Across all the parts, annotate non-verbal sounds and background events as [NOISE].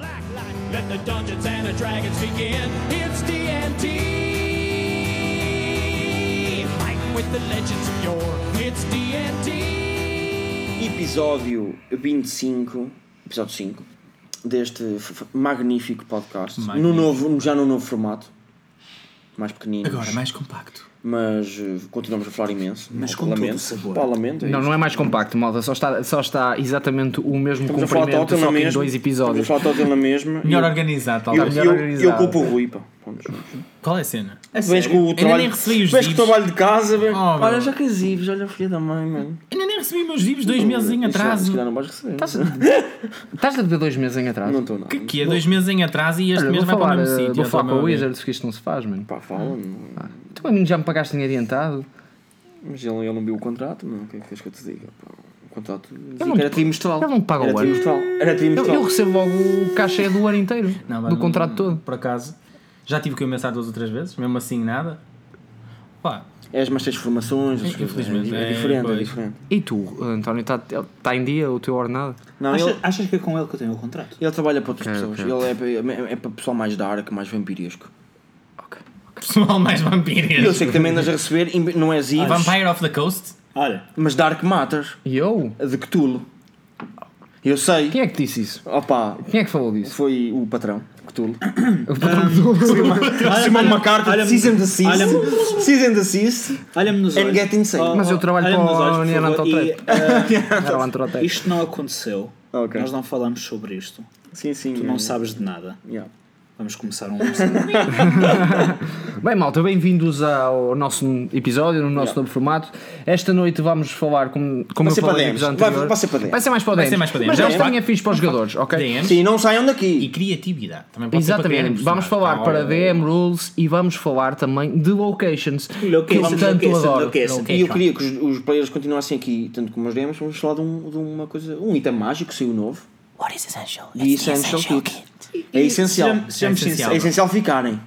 Let the Dungeons and the Dragons begin. It's D&D. Fighting with the legends of yore. It's D&D. Episódio 25, episódio 5 deste f- f- magnífico podcast. Magnífico. No novo, já no novo formato, mais pequenino, Agora, mais compacto. mas eh, continuamos a falar imenso. Mas Malta, com todo o lamento. sabor. Pá, lamento, é Não, isso. não é mais compacto, malta. Só está, só está exatamente o mesmo Estamos a falar comprimento, total só na que em mesma. dois episódios. Estamos a falar total na mesma. Melhor organizado, E eu, talvez. melhor eu, eu, organizado. culpo o Rui, pá. Vamos. Qual é a cena? A Vens sério? com o Ainda trabalho, nem recebi vens os com o divos. trabalho de casa, vem. Oh, olha, meu. já que exibes, olha a filha da mãe, mano. Ainda nem recebi meus livros dois meses em Isso, Se atraso. calhar não vais receber. Estás a beber dois meses em atrás? Não estou, não. Que que é? Dois meses em atraso e este Olha, mês vou vai para o falar, mesmo eh, sítio. vou eu falar tô com a o ver. Wizards que isto não se faz, mano. Pá, fala. não- é? Tu a mim já me pagaste dinheiro adiantado. Mas ele, ele não viu o contrato, mano. O que é que queres que eu te diga? pá? O contrato dizia não que era te- trimestral. ele não te paga era o ano. trimestral. Era Eu, trimestral. eu recebo logo o caixa do ano inteiro, Não, mas do não- contrato todo. Por acaso, já tive que eu pensar duas ou três vezes, mesmo assim nada. [LAUGHS] Pá, És É mais tens formações, essas coisas. Infelizmente, é, é, diferente, é pois. diferente. E tu, António, está tá em dia o teu ordenado? Não, Acha- ele, Achas que é com ele que eu tenho o contrato? ele trabalha para outras pessoas. ok. Ele é, é, é para pessoal mais dark, mais vampiresco. pessoal mais E eu vampiresco. sei que também andas a receber, em- não és Ives, Vampire of the Coast? Olha, mas Dark Matters, E eu? de Cthulhu. Eu sei. Quem é que disse isso? Opa, Quem é que falou disso? foi o patrão, Cthulho. O patrão do- Recebeu uma carta de olha-me- Season the Seas. olha-me- Season the Seas. olha-me nos And olhos. get insane. [LAUGHS] Mas eu trabalho olha-me para nos o olhos, por Neon favor, e, [LAUGHS] Antoteco. [LAUGHS] Era o ah, Antroteco. Isto não aconteceu. Ok. Nós não falamos sobre isto. Sim, sim. é, Tu não sabes de nada. Yeah. Vamos começar um. Bem, malta, bem-vindos ao nosso episódio, no nosso Yeah. novo formato. Esta noite vamos falar, como, como Vai eu ser para falei no DMs. episódio Vai- anterior. vai ser para DMs. Vai ser mais para o Vai DMs. ser mais para Mas DMs. este também é fixe para os jogadores, ok? DMs Sim, não saiam e daqui. criatividade. Também pode ser para Exatamente, DMs, vamos não é? falar Tá, para olha, DM Rules e vamos falar também de Locations, que Locations, eu tanto locations, adoro. locations. E eu Queixa. queria que os, os players continuassem aqui, tanto como os DMs, vamos falar de, um- de uma coisa, um item mágico, saiu novo. What is essential? E It's the é essential essential kit. kit. É essencial. Sejamos É essencial. É sinceros. essencial ficarem.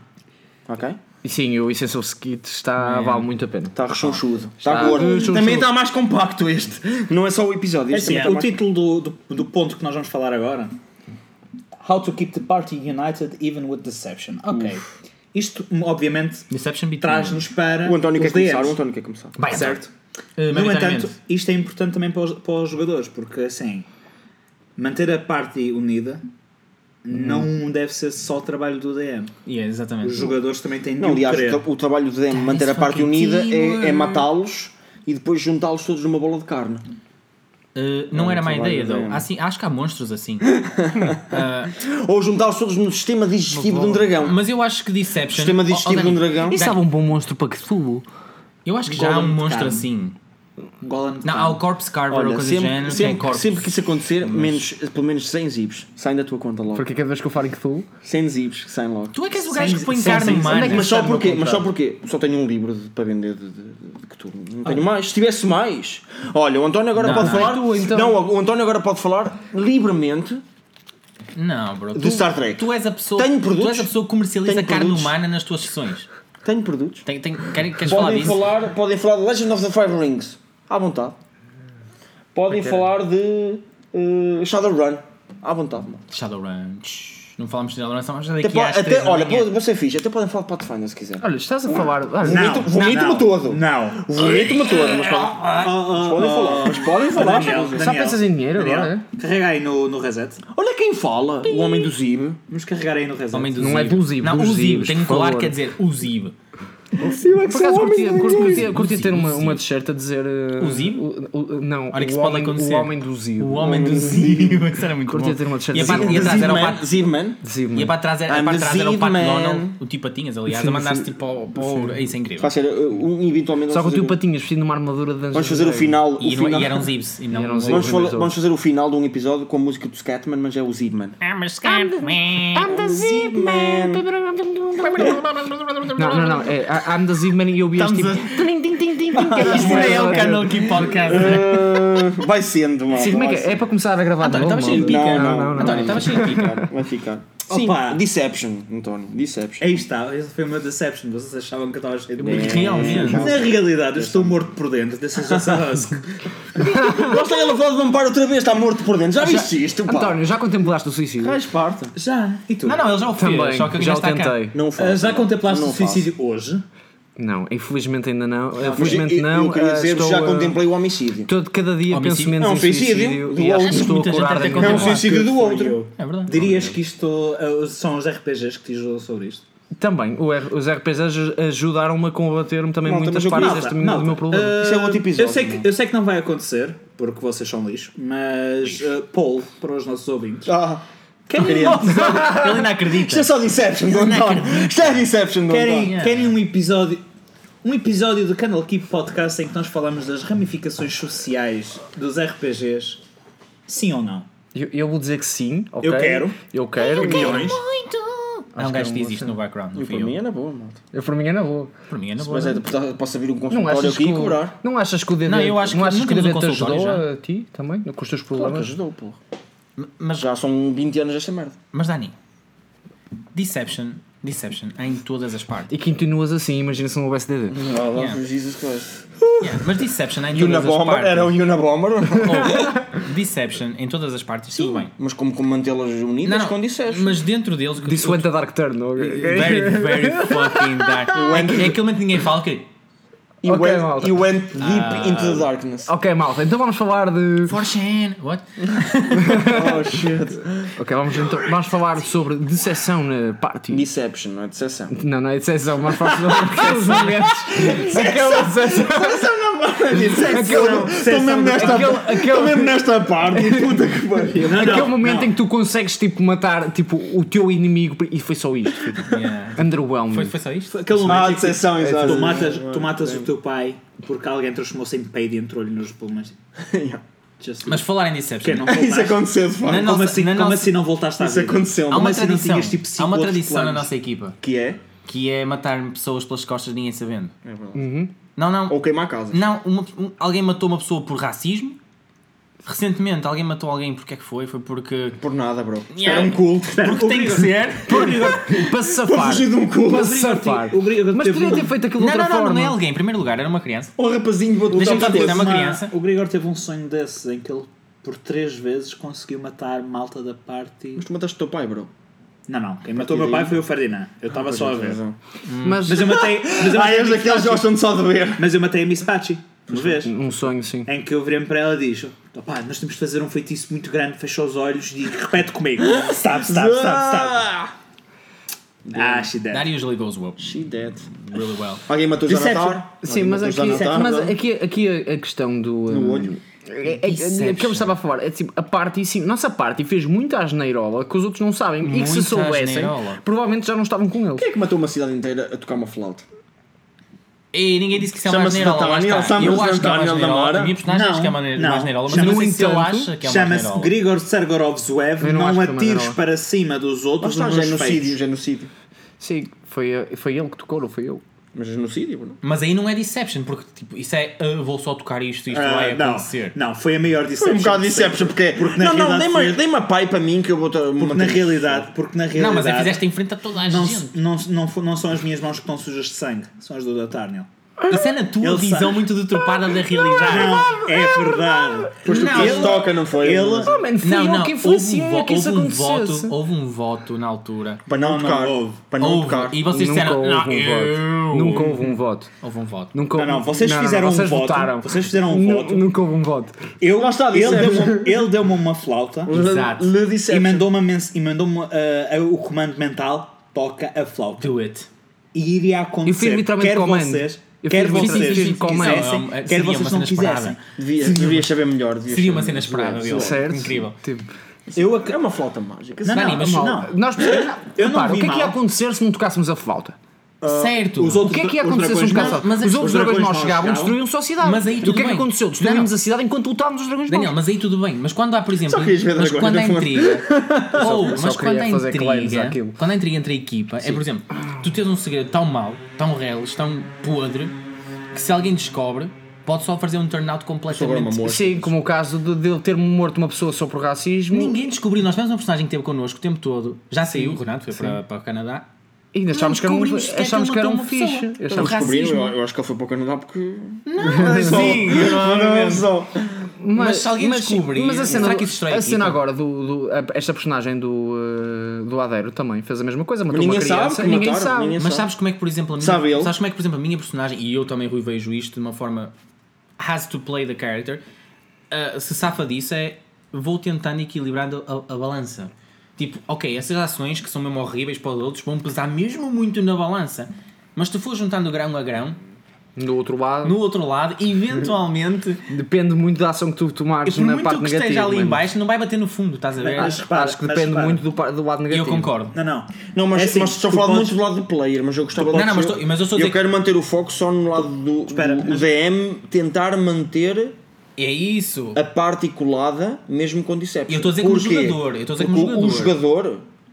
Ok? E sim, o Essential Skit é? está, vale muito a pena. Está rechonchudo. Está Está gordo. rechonchudo. Também está mais compacto este. Não é só o episódio. É Este assim, também o está mais- título do, do, do ponto que nós vamos falar agora: How to Keep the Party United Even with Deception. Ok. Isto, obviamente, Deception Between. traz-nos para. O António os quer começar. DMs. O António quer começar. Vai, Certo. Eh, No maioritariamente. entanto, isto é importante também para os, para os jogadores, porque assim, manter a party unida não deve ser só trabalho do DM. Yeah, exatamente. Os jogadores também têm de Não, o aliás, querer. o tra- o trabalho de DM manter a parte fucking unida é, é teamwork. matá-los e depois juntá-los todos numa bola de carne. Eh, não era má trabalho ideia, do though. DM. Assim, acho que há [LAUGHS] monstros assim. Então, Ou juntá-los todos no sistema digestivo de um dragão. Mas eu acho que Deception. Sistema Oh, oh, digestivo de Dani, um dragão. E sabe um bom monstro para Cthulhu? Eu acho que já há Golem um de monstro carne. assim. Golem de Não, há carne. o Corpse Carver ou Ah. Olha, coisa do sempre, género. Tem sempre, corpse. sempre que isso acontecer, menos, pelo menos 100 zips saem da tua conta logo. Porque cada vez que eu falo em Cthulhu, 100 zips que saem logo. Tu é que és o gajo Sem- que põe sem- carne sem- onde é humana. que Mas só, Está no porque, meu mas só porque só tenho um livro de- para vender de, de, de Cthulhu. Não tenho mais. Se tivesse mais. Olha, o António agora Ah. Não, pode não. falar. Tu, então. Não, o António agora pode falar livremente. Não, bro. Do Star Trek. Tu és a pessoa, Tenho tu produtos. és a pessoa que comercializa Tenho carne produtos. humana nas tuas sessões. Tenho produtos. Tem, tem, querem- queres falar Podem disso? falar, podem falar de Legend of the Five Rings. À vontade. Podem falar de eh, Shadowrun. À vontade, mano. Shadowrun. Shhh, Não falamos de Shadowrun, mas daqui Até, po- às três até, é da olha, manhã. vou, vou ser fixe. Até podem falar de Pathfinder se quiser. olha, estás a falar. olha, Vomito- Vomito-me não, todo. Não. Vomito-me todo, mas podem, mas podem falar. Mas podem falar. Daniel, Só Daniel, pensas em dinheiro Daniel, agora, é? Carrega aí no, no reset. Olha quem fala. O Homem do Zib. Vamos carregar aí no reset. Homem do Não Zib. é do Zib, Não, dos o Zib. Zibs, Tem um por colar favor. que quer dizer o Zib. é Por acaso curtia, curtia, curtia, curtia Sim, ter uma, sim. uma t-shirt a dizer. uh, O Zib? o- o- não, Olha o, que isso pode homem, acontecer. o homem do Zib. O homem do Zib. Isso era muito Curtia bom. ter uma t-shirt E a assim. parte- Ah, e atrás era o Zibman. Pat- Zibman. Zib, e a mano. parte de trás era- a I'm parte de the trás era o Pato Zib Man. Donald, o tio Patinhas, aliás, Sim, a mandar-se sim. tipo ao- para o. Isso é incrível. Vai ser uh, um eventualmente. Só que vamos o tio fazer um- Patinhas vestido numa armadura de Dungeons Vamos fazer o and Dragons. final. o E, não- é- final- e um eram Zibs. E não, E eram Zibs. Vamos, fala- Zibs. vamos fazer o final de um episódio com a música do Scatman, mas é o Zibman. [LAUGHS] Não, não, não. É, I- I'm the Zib Man e eu vi este tipo. Isto não é o canal que podcast. né? [LAUGHS] Eh, vai sendo, mano. Sim, como é que é? É para começar a gravar de António, novo, estavas sem malta. pica. Não, não, não. António, estavas sem [LAUGHS] pica. Vai ficar. Opa. É Sim, Deception, António. Deception. Aí está, esse foi o meu deception. Vocês achavam que eu estava cheio de Muito medo. real mesmo. Mas na realidade, eu estou morto por dentro. This is just a husk. Lá está ele a falar de vampiro outra vez, está morto por dentro. Já viste isto, pá? António, já contemplaste o suicídio? Faz parte. Já. E tu? Não, não, ele já o fez. Também, só que já o está cá. tentei. Não Ah, faz. Já contemplaste Não o suicídio hoje? Não, infelizmente ainda não. Mas eu, Infelizmente não. eu queria ah, dizer, estou, já ah, contemplei o homicídio. Todo, cada dia Homicídio? penso menos Não, em suicídio, suicídio do e acho outro. que estou a Muita gente curar até da minha É um contemplou. morte. suicídio do For outro. you. É verdade. Dirias que isto ah, são os RPGs que te ajudam sobre isto? é. Também, o R- os RPGs ajudaram-me a combater-me também Malta, muitas mas eu partes queria- deste meu- do meu problema. ah, Isso é outro episódio, Eu sei, que, não? eu sei que não vai acontecer, porque vocês são lixo, mas ah, poll para os [LAUGHS] nossos ouvintes. Ah, [LAUGHS] Ele ainda acredita. isto é só Deception do António. Isto é Deception do António. Querem, querem um episódio um episódio do Canal Keep Podcast em que nós falamos das ramificações sociais dos RPGs? Sim ou não? Eu, eu vou dizer que sim, ok? Eu quero. Eu quero. Milhões? Há um Acho gajo que diz que é isto no background. Não E fui para mim eu. era boa, malta. Eu por mim é na boa. Por mim é na boa. Mas é, posso abrir um Não consultório achas, aqui que e o, cobrar. não achas que o DD, Não, eu acho que não achas nunca o nos DD te consultou, ajudou já. a ti também? Com os Claro teus que problemas? ajudou, porra. Mas Já são 20 anos esta merda. Mas Dani, Deception, Deception há em todas as partes. E continuas assim, imagina se não houvesse DD. Ah, lá, Yeah. Jesus Christ. Yeah, mas Deception há em todas as Unabomber, partes. era um [LAUGHS] Unabomber. Oh, Deception em todas as partes, tudo bem. Mas como, como mantê-las unidas com Deception. mas dentro deles. Disse o Enter Dark Turn, [LAUGHS] ok? [LAUGHS] Uhum. Very, very fucking dark. É que- É aquele momento que ninguém fala que. é, You, Ok, went, malta. you went deep into the darkness. Ok, malta, então vamos falar de. Fortune, what? Oh shit. Ok, vamos, então, vamos falar sobre decepção na party. [LAUGHS] Deception, não é decepção. [LAUGHS] Não, não é decepção, mas falar sobre [LAUGHS] aqueles momentos. Aquela decepção. Estou é mesmo nesta Aquele- parte. Estou mesmo nesta parte. Puta que pariu. Não, Aquele não, momento não. em que tu consegues tipo, matar tipo, o teu inimigo e foi só isto. [LAUGHS] Foi, tipo, Yeah. underwhelming. Foi, foi só isto? Aquele momento Ah, em que decepção, exato. é tu matas, é tu matas o teu pai porque alguém transformou-se em peido e entrou-lhe nos pulmões. Yeah. Just Mas falar em que Deception. não [LAUGHS] Isso voltaste. aconteceu, de Na facto. Como nossa- assim, na como nossa- assim não voltaste à Isso vida? aconteceu. Há mano. uma Mas se não tradição, tinhas, tipo, cinco há uma outros tradição na planos. nossa equipa Que é? que é matar pessoas pelas costas ninguém sabendo. Não, não. Ou queimar a casa. Não, uma- um- alguém matou uma pessoa por racismo. Recentemente alguém matou alguém porque é que foi? Foi porque. Por nada, bro. Isto era Yeah. um culto. Porque tem que ser. para se Para safar. fugir de um Para culto. se safar. Obrigado, Mas teve podia um- ter feito aquilo de Não, outra não, não, não é forma. alguém. Em primeiro lugar, era uma criança. Oh rapazinho, vou-te Deixa-me botar só dizer, para uma esse- criança. O Gregor teve um sonho desses em que ele por três vezes conseguiu matar malta da parte. Mas tu mataste o teu pai, bro. Não, não. Quem matou o partir meu pai daí- foi o Ferdinand. Eu estava só a ver. Mas Mas [LAUGHS] eu matei. Mas eu é, Ah, matei, a eles Miss daqueles Patchy. gostam de só de ver. Mas eu matei a Miss Patchy. Uma vez. um sonho, sim. Em que eu virei para ela e disse: Opá, nós temos de fazer um feitiço muito grande, fecha os olhos e repete [LAUGHS] comigo. Stop, stop, stop, stop. Ah! Ah, she dead. Darius usually goes up She dead. really well. Alguém matou o Deception. Jonathan? Sim, mas, aqui, é tá, mas aqui, aqui é a, a questão do. hum, olho. É, é, é, é que eu estava a falar, é tipo, a parte sim, nossa parte fez muita asneirola que os outros não sabem e que se Muita soubessem, asneirola. provavelmente já não estavam com eles. Quem é que matou uma cidade inteira a tocar uma flauta? E ninguém disse que isso é uma Chama-se asneirola, lá Nathaniel, está. chama-se Eu acho que é uma Nathaniel da asneirola. Mora. A minha personagem acha que é uma Não, uma asneirola, mas não. eu não sei se ele No entanto, acha que é uma Chama-se asneirola. Grigor Sergorovzev. Eu não Não, acho que é uma atires maneira. para cima dos outros Basta, nos meus genocídio, peitos. genocídio. Sim, foi, foi ele que tocou, não foi eu. Mas genocídio, bro. Mas aí não é deception, porque tipo, isso é "Ah, vou só tocar isto, isto Ah, vai não, acontecer. não, foi a maior deception. Foi um bocado de sempre. deception, porque... Porque na não, não, realidade dê-me foi- dê a pai para mim que eu vou... ter- manter- Na realidade, porque na realidade. Não, mas é fizeste em frente a toda a não, gente. não, não, fo- não são as minhas mãos que estão sujas de sangue, são as do Nathaniel. Isso é na tua Ele visão sabe. muito deturpada da realidade. Não, é verdade. Depois tu Não, queres ele- toca, não foi? Ele- Ah, mano, fui eu que houve influenciei um, vo- a que isso houve um acontecesse. voto, houve um voto na altura. Para não, Não, não, tocar. houve. para não Houve, tocar. e vocês Nunca disseram, houve não, um eu... voto. Nunca houve um voto. Houve um voto. Nunca houve- Não, não, vocês fizeram um vocês voto. Votaram. Vocês fizeram um Nu- voto. Nunca houve um voto. Eu, Lá está, ele deception. deu-me um, ele deu-me uma flauta Exato. Le, le e deception. mandou-me a mens- e mandou-me ah, o comando mental: toca a flauta. Do it. E iria Eu fiz acontecer. literalmente quer comando. vocês, Eu quer fiz literalmente vocês fiz comando. quisessem, Não, é- quer seria vocês uma não cena esperada. quisessem. Devia, devia saber melhor. devia Seria uma saber cena melhor. esperada, viu? Certo? Incrível. Tipo, Eu ac- É uma flauta mágica. Não, Dani, não, mas- não. não. nós Eu não Repara, vi o que é que ia mal. acontecer se não tocássemos a flauta? certo. Ah, Os outros O que é que ia Os acontecer se dragões os não, caçam? mas- Os outros os dragões dragões não não chegavam, chegaram. destruíam só a cidade. Mas aí E o tudo que é que bem. aconteceu? Não, Destruímos não. a cidade enquanto lutávamos os dragões Daniel, não. mas aí tudo bem. Mas quando há, por exemplo. querias ver mas dragões, quando não há foi? intriga. ou, mas [LAUGHS] só quando há queria fazer claims intriga. àquilo. Quando há intriga entre a equipa, é por exemplo, tu tens um segredo tão mau, tão reles, tão podre, que se alguém descobre, Pode só fazer um turnout Sobre uma completamente. moça. Sim, como o caso de, de ele ter morto uma pessoa só por racismo. Ninguém descobriu. Nós tivemos um personagem que teve connosco o tempo todo. Já saiu, o Renato foi para, para o Canadá. E ainda achámos que era um, descobrimos sequer achámos que era um matou uma fixe. pessoa. Achámos- Racismo. Descobriram, eu, eu acho que ele foi para o Canadá porque. [LAUGHS] Sim, Mas, se alguém descobrir, mas a cena, será do- que isso destrói a a cena equipa? agora do, do- a- esta personagem do, eh, do Adeiro também fez a mesma coisa, matou ninguém uma criança, sabe que ninguém mataram, sabe. ninguém Mas sabes como é que, por exemplo, a minha, Sabe ele. sabes como é que, por exemplo, a minha personagem, e eu também Rui vejo isto de uma forma has to play the character, uh, se safa disso é vou tentando equilibrar a, a balança. Tipo, ok, essas ações que são mesmo horríveis para os outros vão pesar mesmo muito na balança. Mas se tu for juntando grão a grão, Do outro lado, no outro lado, [LAUGHS] eventualmente, depende muito da ação que tu tomares é por na parte muito que negativa. esteja ali mano. em baixo, não vai bater no fundo, estás a ver? Mas repara, Acho que mas depende repara. muito do, pa- do lado eu negativo. concordo. Não, não. Não, mas, É assim, mas estou a tu falar podes- muito do lado do player, mas eu gostava Não, não, mas de estou- mas eu estou a eu dizer que- quero manter o foco só no lado do, Espera, do mas- DM, tentar manter É isso. a parte colada mesmo com Deception. Eu estou a dizer como jogador, eu estou a dizer como Porque o- O jogador. jogador,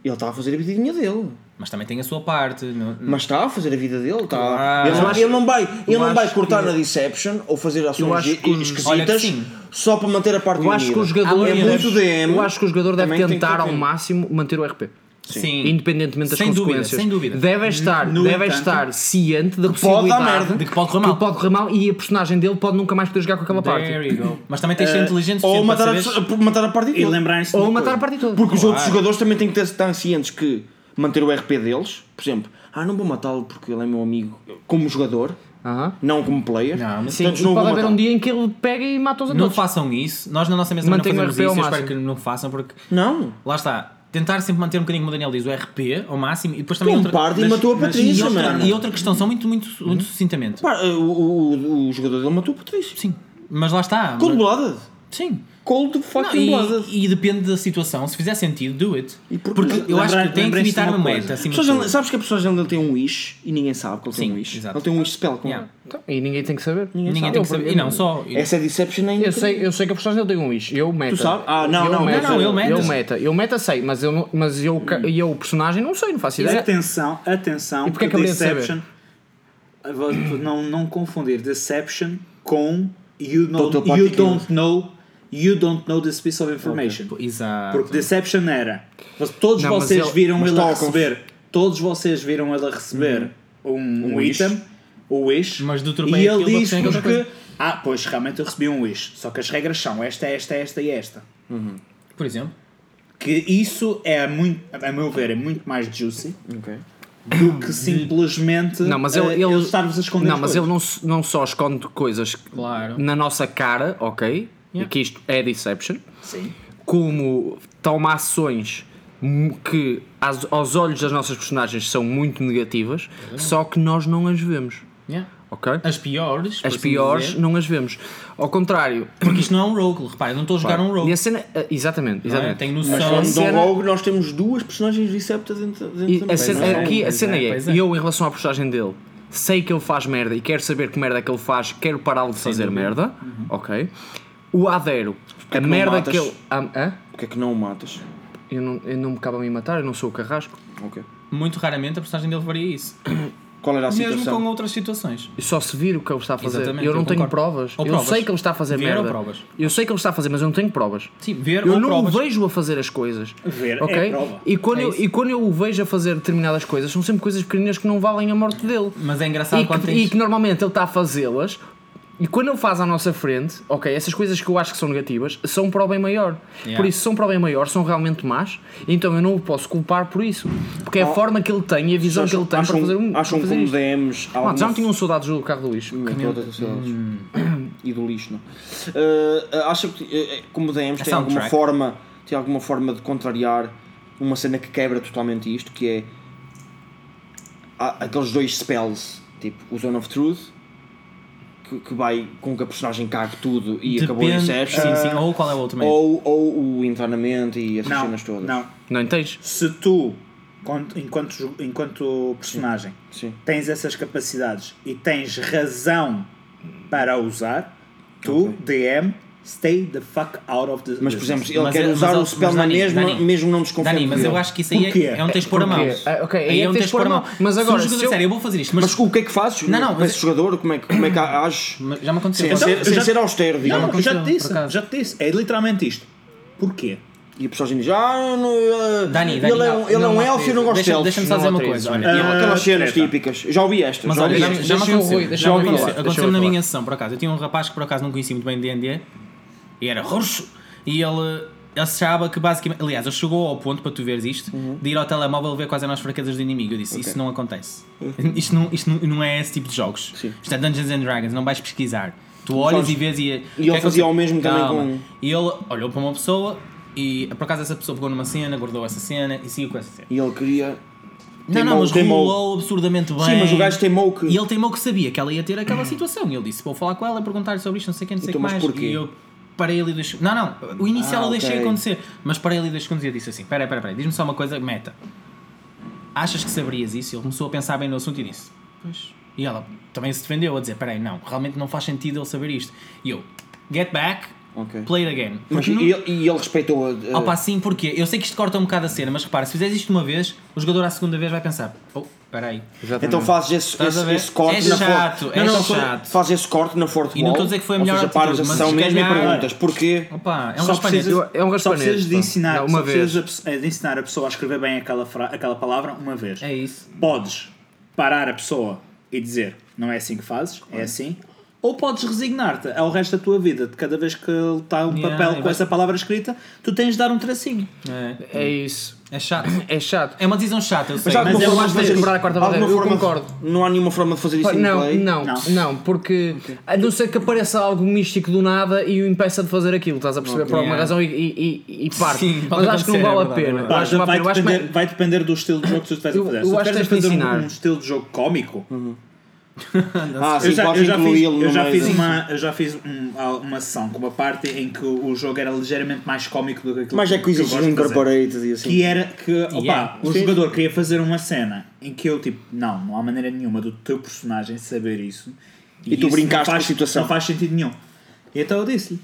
ele está a fazer a vidinha dele. Mas também tem a sua parte. não- Mas está a fazer a vida dele, está. Claro. ele, Eu não, acho- ele não vai, ele eu não vai acho cortar que- na Deception ou fazer eu ações acho que- olha que esquisitas sim. só para manter a parte Eu acho que o unida. jogador Há é muito muito DM, Eu acho que o jogador deve também tem que tentar ter ao um tempo. máximo manter o RP. Sim. Independentemente das Sem dúvida, consequências. sem dúvida. Deve estar, No deve entanto, estar ciente da pode dar possibilidade merda. De que pode correr que mal. pode correr mal e a personagem dele pode nunca mais poder jogar com aquela There parte. you go. Mas também tens de ser inteligente Ah, Ou suficiente matar para a, saberes- pessoa- matar a parte E dele. lembrarem-se. de Ou uma matar a coisa. parte toda. Porque os outros jogadores também têm que ter- estar cientes que manter o RP deles, por exemplo, ah, não vou matá-lo porque ele é meu amigo como jogador, Aham. não como player. Não, mas Sim, portanto, e não pode vou haver matá-lo. um dia em que ele pega e mata os Não adultos. façam isso. Nós na nossa mesa também Mantenham não o RP fazemos ao isso. Eu espero máximo. que não façam porque Não, lá está. Tentar sempre manter um bocadinho, como o Daniel diz, o RP ao máximo e depois também um outra, pardo e mas- matou a mas- e, Patrícia, outra, mano. e outra questão, são muito, muito, muito sucintamente. Pá, o, o, o jogador dele matou a Patrícia. Sim. Mas lá está. Cold Mas- blooded. Sim. Cold Não, fucking blooded. e, e depende da situação. Se fizer sentido, do it. E por- porque eu acho lembrar- que tem que lembrem-se de evitar uma uma coisa. meta. acima de Pessoas tudo. andam- sabes que as pessoas ainda têm um wish e ninguém sabe que ele tem Sim, um wish. exato. Ele tem um wish spell com Yeah. Então, E ninguém tem que saber. Ninguém tem que saber. E não só. ele. Essa é Deception ainda. Eu sei, eu sei que a personagem dele tem um ish. Eu meta. Tu sabes? Ah, não, eu não, meta, não, eu não, eu meta. meta. Eu meta, eu meta sei, mas eu, não- mas eu, ca- eu o personagem não sei, não faço Mas ideia. atenção, atenção. E porquê é porque que eu queria Deception. Vou- [COUGHS] Não, não confundir Deception com You, know, Doutor you Patrick Don't Know. You Don't Know This Piece of Information. Exato. Porque Deception era. Todos Não, mas vocês ele- viram mas ele a está a conf- receber. Todos vocês viram ele a receber Uhum. um, um wish. item, o wish. Mas do turma E é ele aquilo, diz você tem outra porque. coisa. Ah, pois realmente eu recebi um wish. Só que as regras são esta, esta, esta e esta. Por exemplo. Que isso é muito, a meu ver, é muito mais juicy Ok. do que simplesmente Não, mas ele, eh, ele, eles estarmos a esconder. Não, as mas coisas. ele não, se- não só esconde coisas Claro. na nossa cara, ok? E que isto é deception. Sim. Como toma ações mu- que às- aos olhos das nossas personagens são muito negativas, só que nós não as vemos, Yeah. ok? É. As piores. por As assim piores dizer. não as vemos. Ao contrário, Porque isto não é um rogue. Repara, eu não estou a jogar um rogue. e a cena, ah, exatamente, não é? exatamente. Tenho Mas noção. quando cena- Dom Rogue nós temos duas personagens Decepta dentro, dentro E da a mesa. cena, é, aqui a pois cena é, é, pois é. eu em relação à postagem dele, sei que ele faz merda e quero saber que merda é que ele faz, quero pará-lo de fazer merda, Uhum. ok? O Adero, a não merda matas? que ele. Am- hã? Porque é que não o matas? eu, não, eu não me cabe a mim matar, eu não sou o carrasco. Ok. Muito raramente a personagem dele faria isso. Qual era a Mesmo situação? com outras situações. Eu só se vir o que ele está a fazer. Exatamente, eu não eu tenho concordo. provas. Ou eu provas. sei que ele está a fazer Ver ou merda. provas. Eu sei que ele está a fazer, mas eu não tenho provas. Sim, ver Eu ou não provas. o vejo a fazer as coisas. Ver é ok? prova. E, quando É eu, isso. e quando eu o vejo a fazer determinadas coisas, são sempre coisas pequeninas que não valem a morte dele. Mas é engraçado e, quando que, tens... e que normalmente ele está a fazê-las. E quando ele faz à nossa frente, ok, essas coisas que eu acho que são negativas são para o bem maior. Yeah. Por isso, se são para o bem maior, são realmente más, então eu não o posso culpar por isso. Porque é a forma que ele tem e a visão que ele tem para fazer um. para acham fazer como isto. DMs há Mano, já alguma não um tinham soldados do carro do lixo. Minha, todas as cidades. um- e do lixo, não. Ah, acha que, eh, como DMs, É tem alguma, soundtrack. forma, tem alguma forma de contrariar uma cena que quebra totalmente isto, que é há aqueles dois spells, tipo o Zone of Truth, que, que vai com que a personagem cague tudo e acabou a Inception, Sim, sim. Ou qual é o outro método? ah, ou, ou o internamento e essas Não, cenas todas. não. Não tens? Se tu, con- enquanto, jo- enquanto personagem, Sim. tens essas capacidades e tens razão para a usar, tu, DM, Stay the fuck out of the Mas, por exemplo, ele Mas quer é- mas usar é- o spell mas na Dani, mesma, Dani, mesmo não desconfiando. Dani, mas dele. eu acho que isso aí Porquê? é, é um tens por a mão. um Porquê? Ah, ok, aí é que tens pôr pôr a mão. Mas agora, se o se jogador eu- disser, eu vou fazer isto, mas, Mas o que é que fazes? Não, não, Para mas- esse jogador, como é, que- [CLEARS THROAT] como é que age? mas já me aconteceu. Sem, Então, ser, sem já- ser austero, digamos. Não, já Não, te aconteceu, disse, por acaso. já te disse. É literalmente isto. Porquê? E a personagem diz: Ah, não, ele, Dani, Dani, ele é um, ele é um elfo e eu não Ah, gosto de deixa, elfos. Deixa-me só dizer não uma há coisa. três, Olha, E há aquelas cenas treta. típicas. Já ouvi estas. Mas já olha, ouvi já, me- estas. já me Deixa eu aconteceu. ouvir, deixa Já eu me ouvir aconteceu. falar, deixa eu Aconteceu na ouvir minha sessão, por acaso. Eu tinha um rapaz que por acaso não conhecia muito bem de D&D e era roxo. E ele achava que basicamente... Aliás, ele chegou ao ponto, para tu veres isto, Uhum. de ir ao telemóvel ver quais eram as fraquezas do inimigo. Eu disse, isso não acontece. Uhum. Isto, não, isto não, não é esse tipo de jogos. Isto é Dungeons and Dragons, não vais pesquisar. Tu olhas e vês e... o que ele é que fazia eu- o mesmo também com- um- E ele olhou para uma pessoa e por acaso essa pessoa pegou numa cena, guardou essa cena e seguiu com essa cena. E ele queria. Não, não, Teimou- mas teimou. rolou absurdamente bem. Sim, mas o gajo teimou que. E ele teimou que sabia que ela ia ter aquela situação. E ele disse: Vou falar com ela, perguntar-lhe sobre isto, não sei o que, não sei o que Então, mas mais. porquê? E eu parei ali dois segundos. Não, não, o inicial Ah, eu deixei ok. acontecer. Mas parei ali dois segundos e eu disse assim: Espera, espera, espera, diz-me só uma coisa, meta. Achas que saberias isso? Ele começou a pensar bem no assunto e disse: Pois. E ela também se defendeu a dizer: Peraí, não, realmente não faz sentido ele saber isto. E eu: Get back, Ok. play it again. Mas Porque não- e ele, e ele respeitou a. a- Opa, sim, porquê? Eu sei que isto corta um bocado a cena, mas repara, se fizeres isto uma vez, o jogador à segunda vez vai pensar: Oh, peraí. então fazes esse, Estás a esse, ver? esse corte É na fo- chato, é não, não, chato. Fazes esse corte na Forte E não estou a dizer que foi a melhor Ou seja, paras a atitude, mas sessão se mesmo e calhar- perguntas porquê. Opa, é um Só raspanete. precisas- É um Só raspanete, precisas de pá. ensinar, Não, só uma precisas a pe- é, de ensinar a pessoa a escrever bem aquela, fra- aquela palavra uma vez. É isso. Podes parar a pessoa e dizer não é assim que fazes, é assim. Ou podes resignar-te ao resto da tua vida. De cada vez que ele está um Yeah, e papel com vai- essa palavra escrita, tu tens de dar um tracinho. É, É isso. é chato. É chato. É uma decisão chata, eu sei. há alguma mas eu forma de acho que fazer temos isso? de guardar a quarta Alguma bandeira, eu forma de- concordo. Não há nenhuma forma de fazer isso Pá, em Não, play. não, Não. não, porque a não ser que apareça algo místico do nada e o impeça de fazer aquilo, estás a perceber por alguma Yeah. razão e, e, e- e parte. Sim, Mas pode acho que não vale acontecer, é a verdade, pena. é Eu Pá, acho que não vai, vale a pena. Eu acho que depender, vai depender do estilo de jogo que tu estiveres a Eu- fazer. eu Se tu acho que estiveres a tens fazer de um, ensinar. um estilo de jogo cómico, Ah, eu sim, já, podes eu já fiz, incluí-lo eu no já fiz meio. uma, eu já fiz um- ah, uma sessão com uma parte em que o jogo era ligeiramente mais cómico do que aquilo Mas é que eu coisas gosto de fazer. incorporated e assim. Que era que, opa, Yeah. o jogador queria fazer uma cena em que eu, tipo, não, não há maneira nenhuma do teu personagem saber isso. E tu isso brincaste não com a situação. Não faz sentido nenhum. E então eu disse-lhe,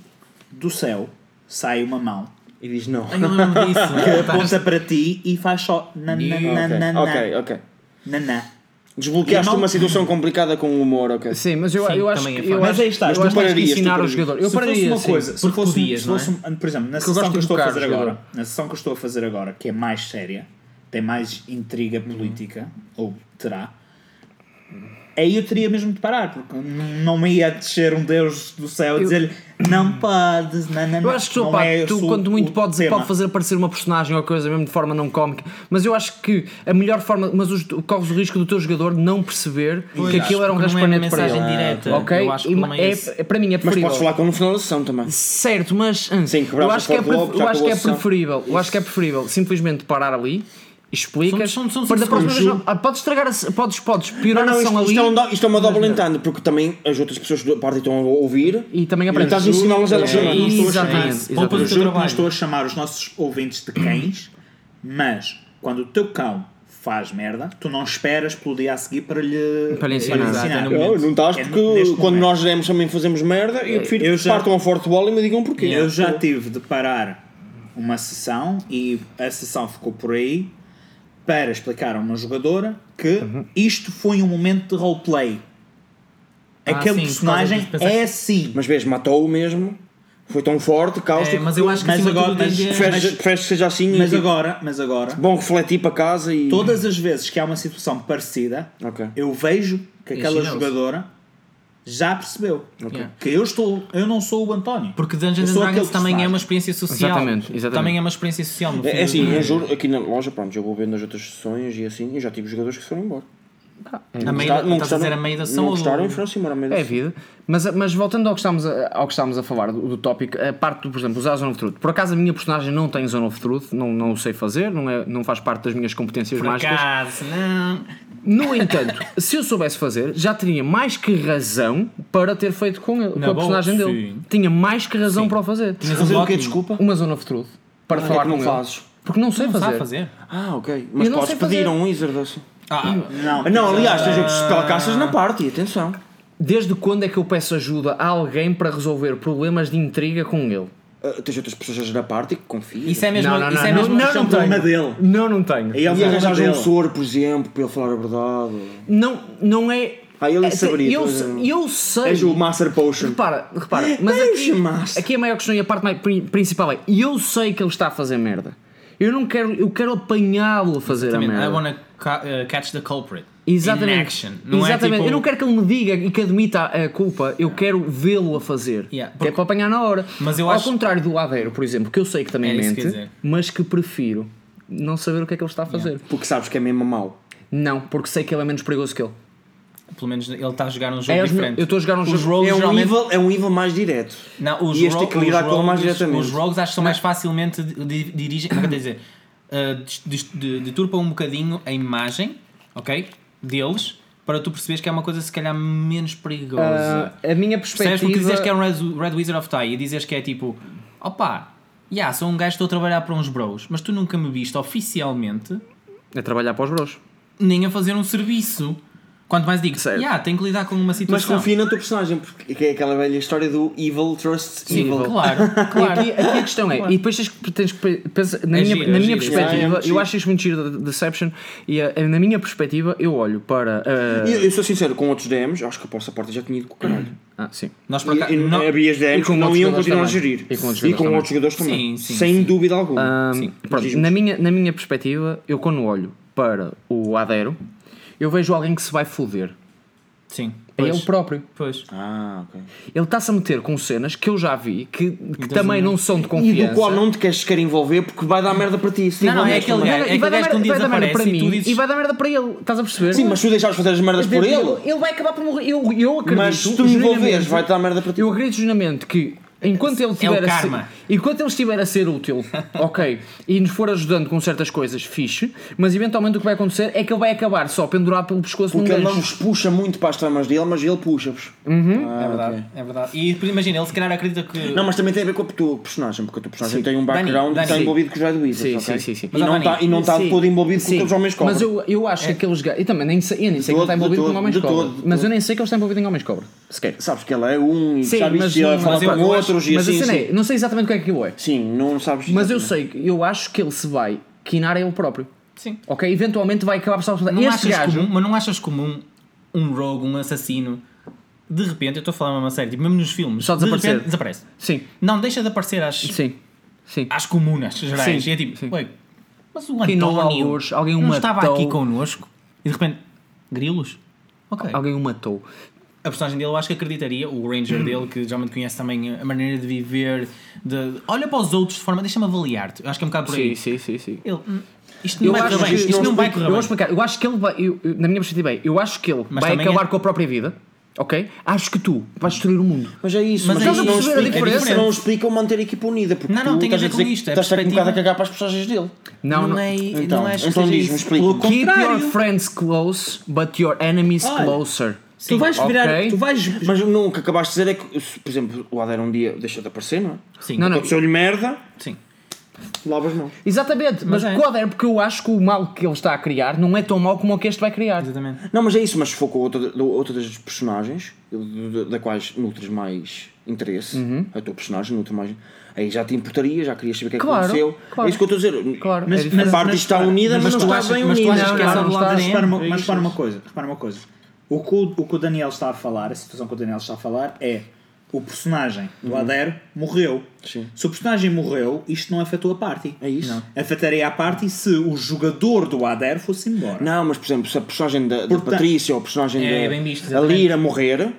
do céu sai uma mão E diz não. Eu não lembro disso. que [LAUGHS] Pá, aponta para ti e faz só na na na na [LAUGHS] na Ok, ok. na na. Desbloqueaste E não- uma situação complicada com o humor, ok. Sim, mas eu, Sim, eu acho também é que fácil. eu Mas acho, aí está, eu tu acho que tens de pararias, tu tipo, ensinar o pararias. jogador. Eu se fosse pararia uma assim. coisa, se porque fosse, podias, se não é? fosse um- por exemplo, na eu sessão gosto que de eu estou a educar fazer o jogador. agora, na sessão que eu estou a fazer agora, que é mais séria, tem mais intriga Uhum. política, ou terá, aí eu teria mesmo de parar, porque n- não me ia descer um Deus do céu e dizer-lhe não podes, não, não, Eu acho que não pá, é tu esse o- quando muito o podes, tema. pode fazer aparecer uma personagem ou coisa mesmo de forma não cómica, mas eu acho que a melhor forma, mas os, corres o risco do teu jogador não perceber que aquilo era um porque não é raspanete para ele. mensagem direta. Ok? Eu acho que E também é é- esse. é- para mim é Mas preferível. podes falar com ele no final da sessão também. Certo, mas hum, Sem quebrar eu o acho que é, foco logo, pref- já eu acho que acabou é a sessão. preferível, eu acho que é preferível simplesmente parar ali, explicas, São- são- são para da cinco próxima vez segundos. não- ah, podes estragar, a se- podes, podes piorar Não, não, a sessão isto, ali. isto é um do- isto é uma double entendre, porque também as outras pessoas da parte estão a ouvir E também e aprendes. estás a ensiná-las a elas É, também. isso. exatamente, Poupa exatamente. Eu do teu juro que não trabalho. estou a chamar os nossos ouvintes de cães, mas quando o teu cão faz merda, tu não esperas pelo dia a seguir para lhe, Para lhe ensinar. Exato, é no Oh, não estás, É porque neste quando momento. nós demos também fazemos merda, eu prefiro Eu que já- partam a forte bola e me digam porquê. Eu já tive de parar uma sessão e a sessão ficou por aí para explicar a uma jogadora que Uhum. isto foi um momento de roleplay. Ah, Aquele sim, por causa personagem dos pensamentos. é assim. Mas vês, matou-o mesmo, foi tão forte, cáustico. É, mas eu acho que Mas acima de agora- tudo tens de- mas- preferes, preferes que é seja assim Mas e tipo, agora, mas agora, bom refletir para casa e. todas as vezes que há uma situação parecida, Ok. eu vejo que aquela Ensinou-se. jogadora já percebeu É Yeah. que eu estou, eu não sou o António. Porque Eu Dungeons sou and aquele Dragons também é personagem. uma experiência social. Exatamente, exatamente. Também é uma experiência social no fim. É, é assim, eu juro, aqui na loja, pronto, eu vou vendo as outras sessões e assim, eu já tive jogadores que se foram embora. a meio da, Gostaram- estás a dizer a meio da sessão Não ou- gostaram e foram-se embora a meio da É vida. Mas, mas voltando ao que estávamos a, ao que estávamos a falar do, do tópico, a parte, do, por exemplo, usar a Zone of Truth. Por acaso a minha personagem não tem Zone of Truth, não, não o sei fazer, não, é, não faz parte das minhas competências Por mágicas. acaso, não. No entanto, [LAUGHS] se eu soubesse fazer, já teria mais que razão para ter feito com, ele, com Na a boa, personagem dele. sim. Tinha mais que razão para o fazer. Tinhas Fazer um o quê? bloco- Desculpa? Uma Zone of Truth para Porquê falar que não com ele. fazes? Porque não sei Não fazer. sabe fazer. Ah, ok. Mas Eu não podes sei fazer. pedir a um wizard assim. Ah, Não, Não, aliás, tens outros spellcasters na party, atenção. Desde quando é que eu peço ajuda a alguém para resolver problemas de intriga com ele? Ah, tens outras pessoas a gerar parte que confiam. Isso é mesmo. Não, não, isso é não, mesmo não, É um problema dele. Não, não tenho. Aí é um E problema arranjar um dele. soro, por exemplo, para ele falar a verdade. Não, não é. Ah, ele é, saberia, Eu, pois se- é. eu sei. És o Master Potion. Repara, [LAUGHS] repara. Mas aqui, chamaste. aqui a maior questão e a parte mais pri- principal é: eu sei que ele está a fazer merda. Eu não quero, eu quero apanhá-lo a fazer a Exatamente. I merda. wanna ca- uh, catch the culprit. Exatamente. In action. Não Exatamente. É tipo, Eu não quero que ele me diga e que admita a a culpa, eu quero vê-lo a fazer. Yeah, Que é porque- para apanhar na hora. Mas eu Ao acho- contrário do Aveiro, por exemplo, que eu sei que também É isso que eu ia mente, dizer. mas que prefiro não saber o que é que ele está a fazer. Porque sabes que é mesmo mau. Não, porque sei que ele é menos perigoso que ele. Pelo menos ele está a jogar um É, jogo eu- diferente. eu estou a jogar um os jogo- Rogues, É um, geralmente- evil, é um evil mais direto. Não, os E este tem que ro- lidar os com ele mais rogues- diretamente. Os rogues acho que são mais facilmente di- di- dirigem. Como é que eu tenho a dizer? Uh, dis- dis- de- deturpam um bocadinho a imagem, ok? Deles, para tu perceberes que é uma coisa se calhar menos perigosa. Ah, a minha Percebes? Porque perspectiva. dizes que é um Red, Red Wizard of Tie e dizes que é tipo, opa, yeah, sou um gajo que estou a trabalhar para uns bros, mas tu nunca me viste oficialmente É trabalhar para os bros. nem a fazer um serviço. Quanto mais digo, Certo. yeah, tenho que lidar com uma Mas situação. confia na tua personagem, porque é aquela velha história do evil trusts Sim, evil. [LAUGHS] claro, claro. Aqui, aqui a questão é, e depois tens que, tens que pensar- na, É minha, giro, na é minha giro. Yeah, é perspectiva, muito eu giro. acho isto muito giro da Deception, e eh, na minha perspectiva, eu olho para. eh, E eu, eu sou sincero, com outros DMs, acho que a Poça Porta já tinha ido com o caralho. ah, sim. Nós por E, acaso. e, não- havia DMs e é com que não outros iam jogadores continuar a também. gerir. E e com com outros jogadores também. outros jogadores também. Sim, sim, Sem sim. dúvida alguma. Ah, Sim. pronto, Diz-me. na, minha, na minha perspectiva, eu quando olho para o Adero, eu vejo alguém que se vai foder. Sim. É Pois. ele próprio. Pois. Ah, ok. Ele está-se a meter com cenas que eu já vi que, que também não são de um E confiança. do qual não te queres sequer envolver porque vai dar merda para ti. se Não, não, é envolveres aquele também. gajo- E vai aquele dar gajo que um merda, dia vai dar merda para desaparece e tu mim dizes- e vai dar merda para ele. Estás a perceber? Sim, mas se tu deixares fazer as merdas por ele, Ele vai acabar por morrer. Eu, eu acredito. mas se tu me genuinamente- envolveres, vai dar merda para ti. Eu acredito genuinamente que enquanto ele estiver a ser, É karma. enquanto ele estiver a ser [LAUGHS] útil, ok, e nos for ajudando com certas coisas, fixe, mas eventualmente o que vai acontecer é que ele vai acabar só pendurado pelo pescoço Porque ele num não gancho. vos puxa muito para as tramas dele, mas ele puxa-vos. é verdade, é verdade. E depois imagina, ele se calhar acredita que. Não, mas também tem a ver com a tua personagem, porque a tua personagem Sim. tem um Dani, background e Dani, está sim. envolvido com os Red Sim, Wizards, ok? sim, sim, sim. E Mas, não Dani, está- E não está Sim. todo envolvido com Sim. aqueles homens cobra. Mas eu, eu acho É. que aqueles gajos. Eu também nem sei, eu nem sei De que ele está todo, envolvido de com todo, homens de cobra. todo, de Mas eu nem sei que ele está envolvido em homens cobra. Sequer. Sabes que ela é um e Sim, sabes mas que ela não- fala mas com eu- outros e Mas a assim. cena sim. é, não sei exatamente o que é que aquilo é. Sim, não sabes. Mas eu exatamente. sei, que- eu acho que ele se vai quinar a ele próprio. Sim. Ok? Eventualmente vai acabar por só. Não Este achas gajo. comum, mas não achas comum um rogue, um assassino, de repente, eu estou a falar uma série, tipo, mesmo nos filmes, Só de desaparecer. repente desaparece. Sim, Não, deixa de aparecer às, sim, sim. às comunas gerais. Sim, E é tipo, sim. ué, mas o Quem Então, não António algures, alguém o não estava matou. aqui connosco e de repente, grilos? Ok. Alguém o matou. A personagem dele, eu acho que acreditaria, o Hum. Ranger dele, que geralmente conhece também a maneira de viver, de olha para os outros de forma, deixa-me avaliar-te. Eu acho que é um bocado por aí. sim, sim, sim. Ele, "Hum, isto não Eu vai acho correr que bem, isto não vai correr Eu bem. vou explicar. Eu acho que ele vai. eu- eu- na minha perspectiva, é, eu acho que ele Mas vai também acabar é- com a própria vida, ok? Acho que tu vais destruir o mundo. Mas é isso, Mas mas, é isso isso, não, é explica, diferente. isso não explica o manter a equipa unida. Porque Não, não, tu tem a estás ver a com dizer que isto, é Estás a um perspectiva. bocado a cagar para as personagens dele. Não, não. é, Então, então seja diz-me, isso. explica-me. Pelo Keep your contrário. friends close, but your enemies Olha, closer. Tu vais virar. ok. Tu vais. Mas não, o que acabaste de dizer é que, se, por exemplo, o Adair um dia deixa de aparecer, não é? Sim, Não, não. Aconteceu-lhe merda, sim. lava as mãos. Exatamente, mas, Mas é. qual é? Porque eu acho que o mal que ele está a criar não é tão mau como o que este vai criar. Exatamente. Não, mas é isso, mas se for com outra, do- outra das personagens, do- do- da quais nutres mais interesse, Uhum. a tua personagem nutre mais. Aí já te importaria, já querias saber o que é que Claro, aconteceu. É claro. isso que eu estou a dizer. Claro, é mas, diferente. a parte está unida, mas, tu não achas- está bem mas tu unida. achas é que é Não, essa não do lado está. da Repara DM uma, mas repara uma coisa, repara uma coisa. O que, o, o que o Daniel está a falar, a situação que o Daniel está a falar é o personagem do Adero morreu. Uhum. Sim. Se o personagem morreu, isto não afetou a party. É isso. Não. Afetaria a party se o jogador do Adero fosse embora. Não, mas por exemplo, se a personagem da, da Portanto- Patrícia ou a personagem É, da é bem visto, a exatamente. Lira morrer,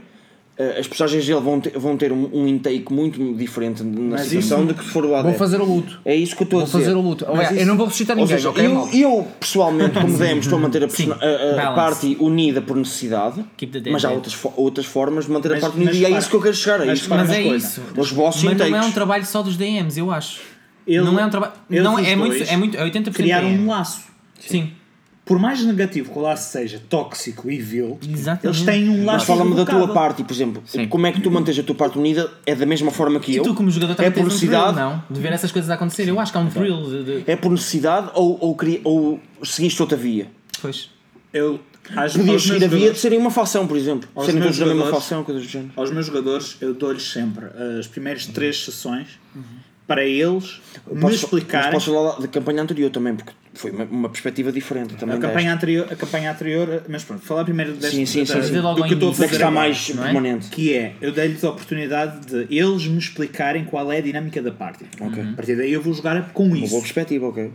eh, as personagens dele vão ter, vão ter um, um intake muito diferente na Mas situação isso- do que se for o Adair. Vou fazer o luto. É isso que eu estou a Vou dizer. fazer o luto. Mas Olha, eu não vou ressuscitar Ou ninguém, seja, ok, eu, malta? eu, pessoalmente, [LAUGHS] como demos, estou a manter a, persona- Sim, a- a, balance. parte unida por necessidade, Keep the dead mas há dead. outras, fo- outras formas de manter Mas- a parte unida mas e é repara- isso que eu quero chegar a mas isso. repara Mas uma é coisa. isso. Os vossos Mas não é um intakes. trabalho só dos DMs, eu acho. Ele- não é um trabalho. eles Não, os é, muito, dois é muito. É 80% Criaram DM. um laço. Sim. Por mais negativo que o laço seja tóxico e vil, Exatamente. eles têm um Mas laço fala-me da tua irrevocável. parte, por exemplo, como é que tu mantens a tua parte unida? É da mesma forma que E eu? tu, como jogador, é também por tens um thrill, necessidade? não? De ver essas coisas a acontecer. Eu acho que há um Então. thrill de. de... É por necessidade ou, ou, cri- ou seguiste outra via? Pois. Eu, Às- Podia aos meus seguir a via de jogadores- serem uma facção, por exemplo. Aos Serem meus todos da mesma jogadores. facção, coisas do género. Aos meus jogadores, eu dou-lhes sempre eh, as primeiras três sessões para eles me Posso- explicarem. Mas posso falar da campanha anterior também, porque foi uma, uma perspectiva diferente também. A desta. campanha, anterior, a campanha anterior, mas pronto, falar primeiro deste, Sim, sim, da- sim, sim. Dizer logo do ao que eu estou a Da que fazer está agora, mais não é? permanente. que é, eu dei-lhes a oportunidade de eles me explicarem qual é a dinâmica da party. A partir daí eu vou jogar com Uma boa isso, perspectiva, ok.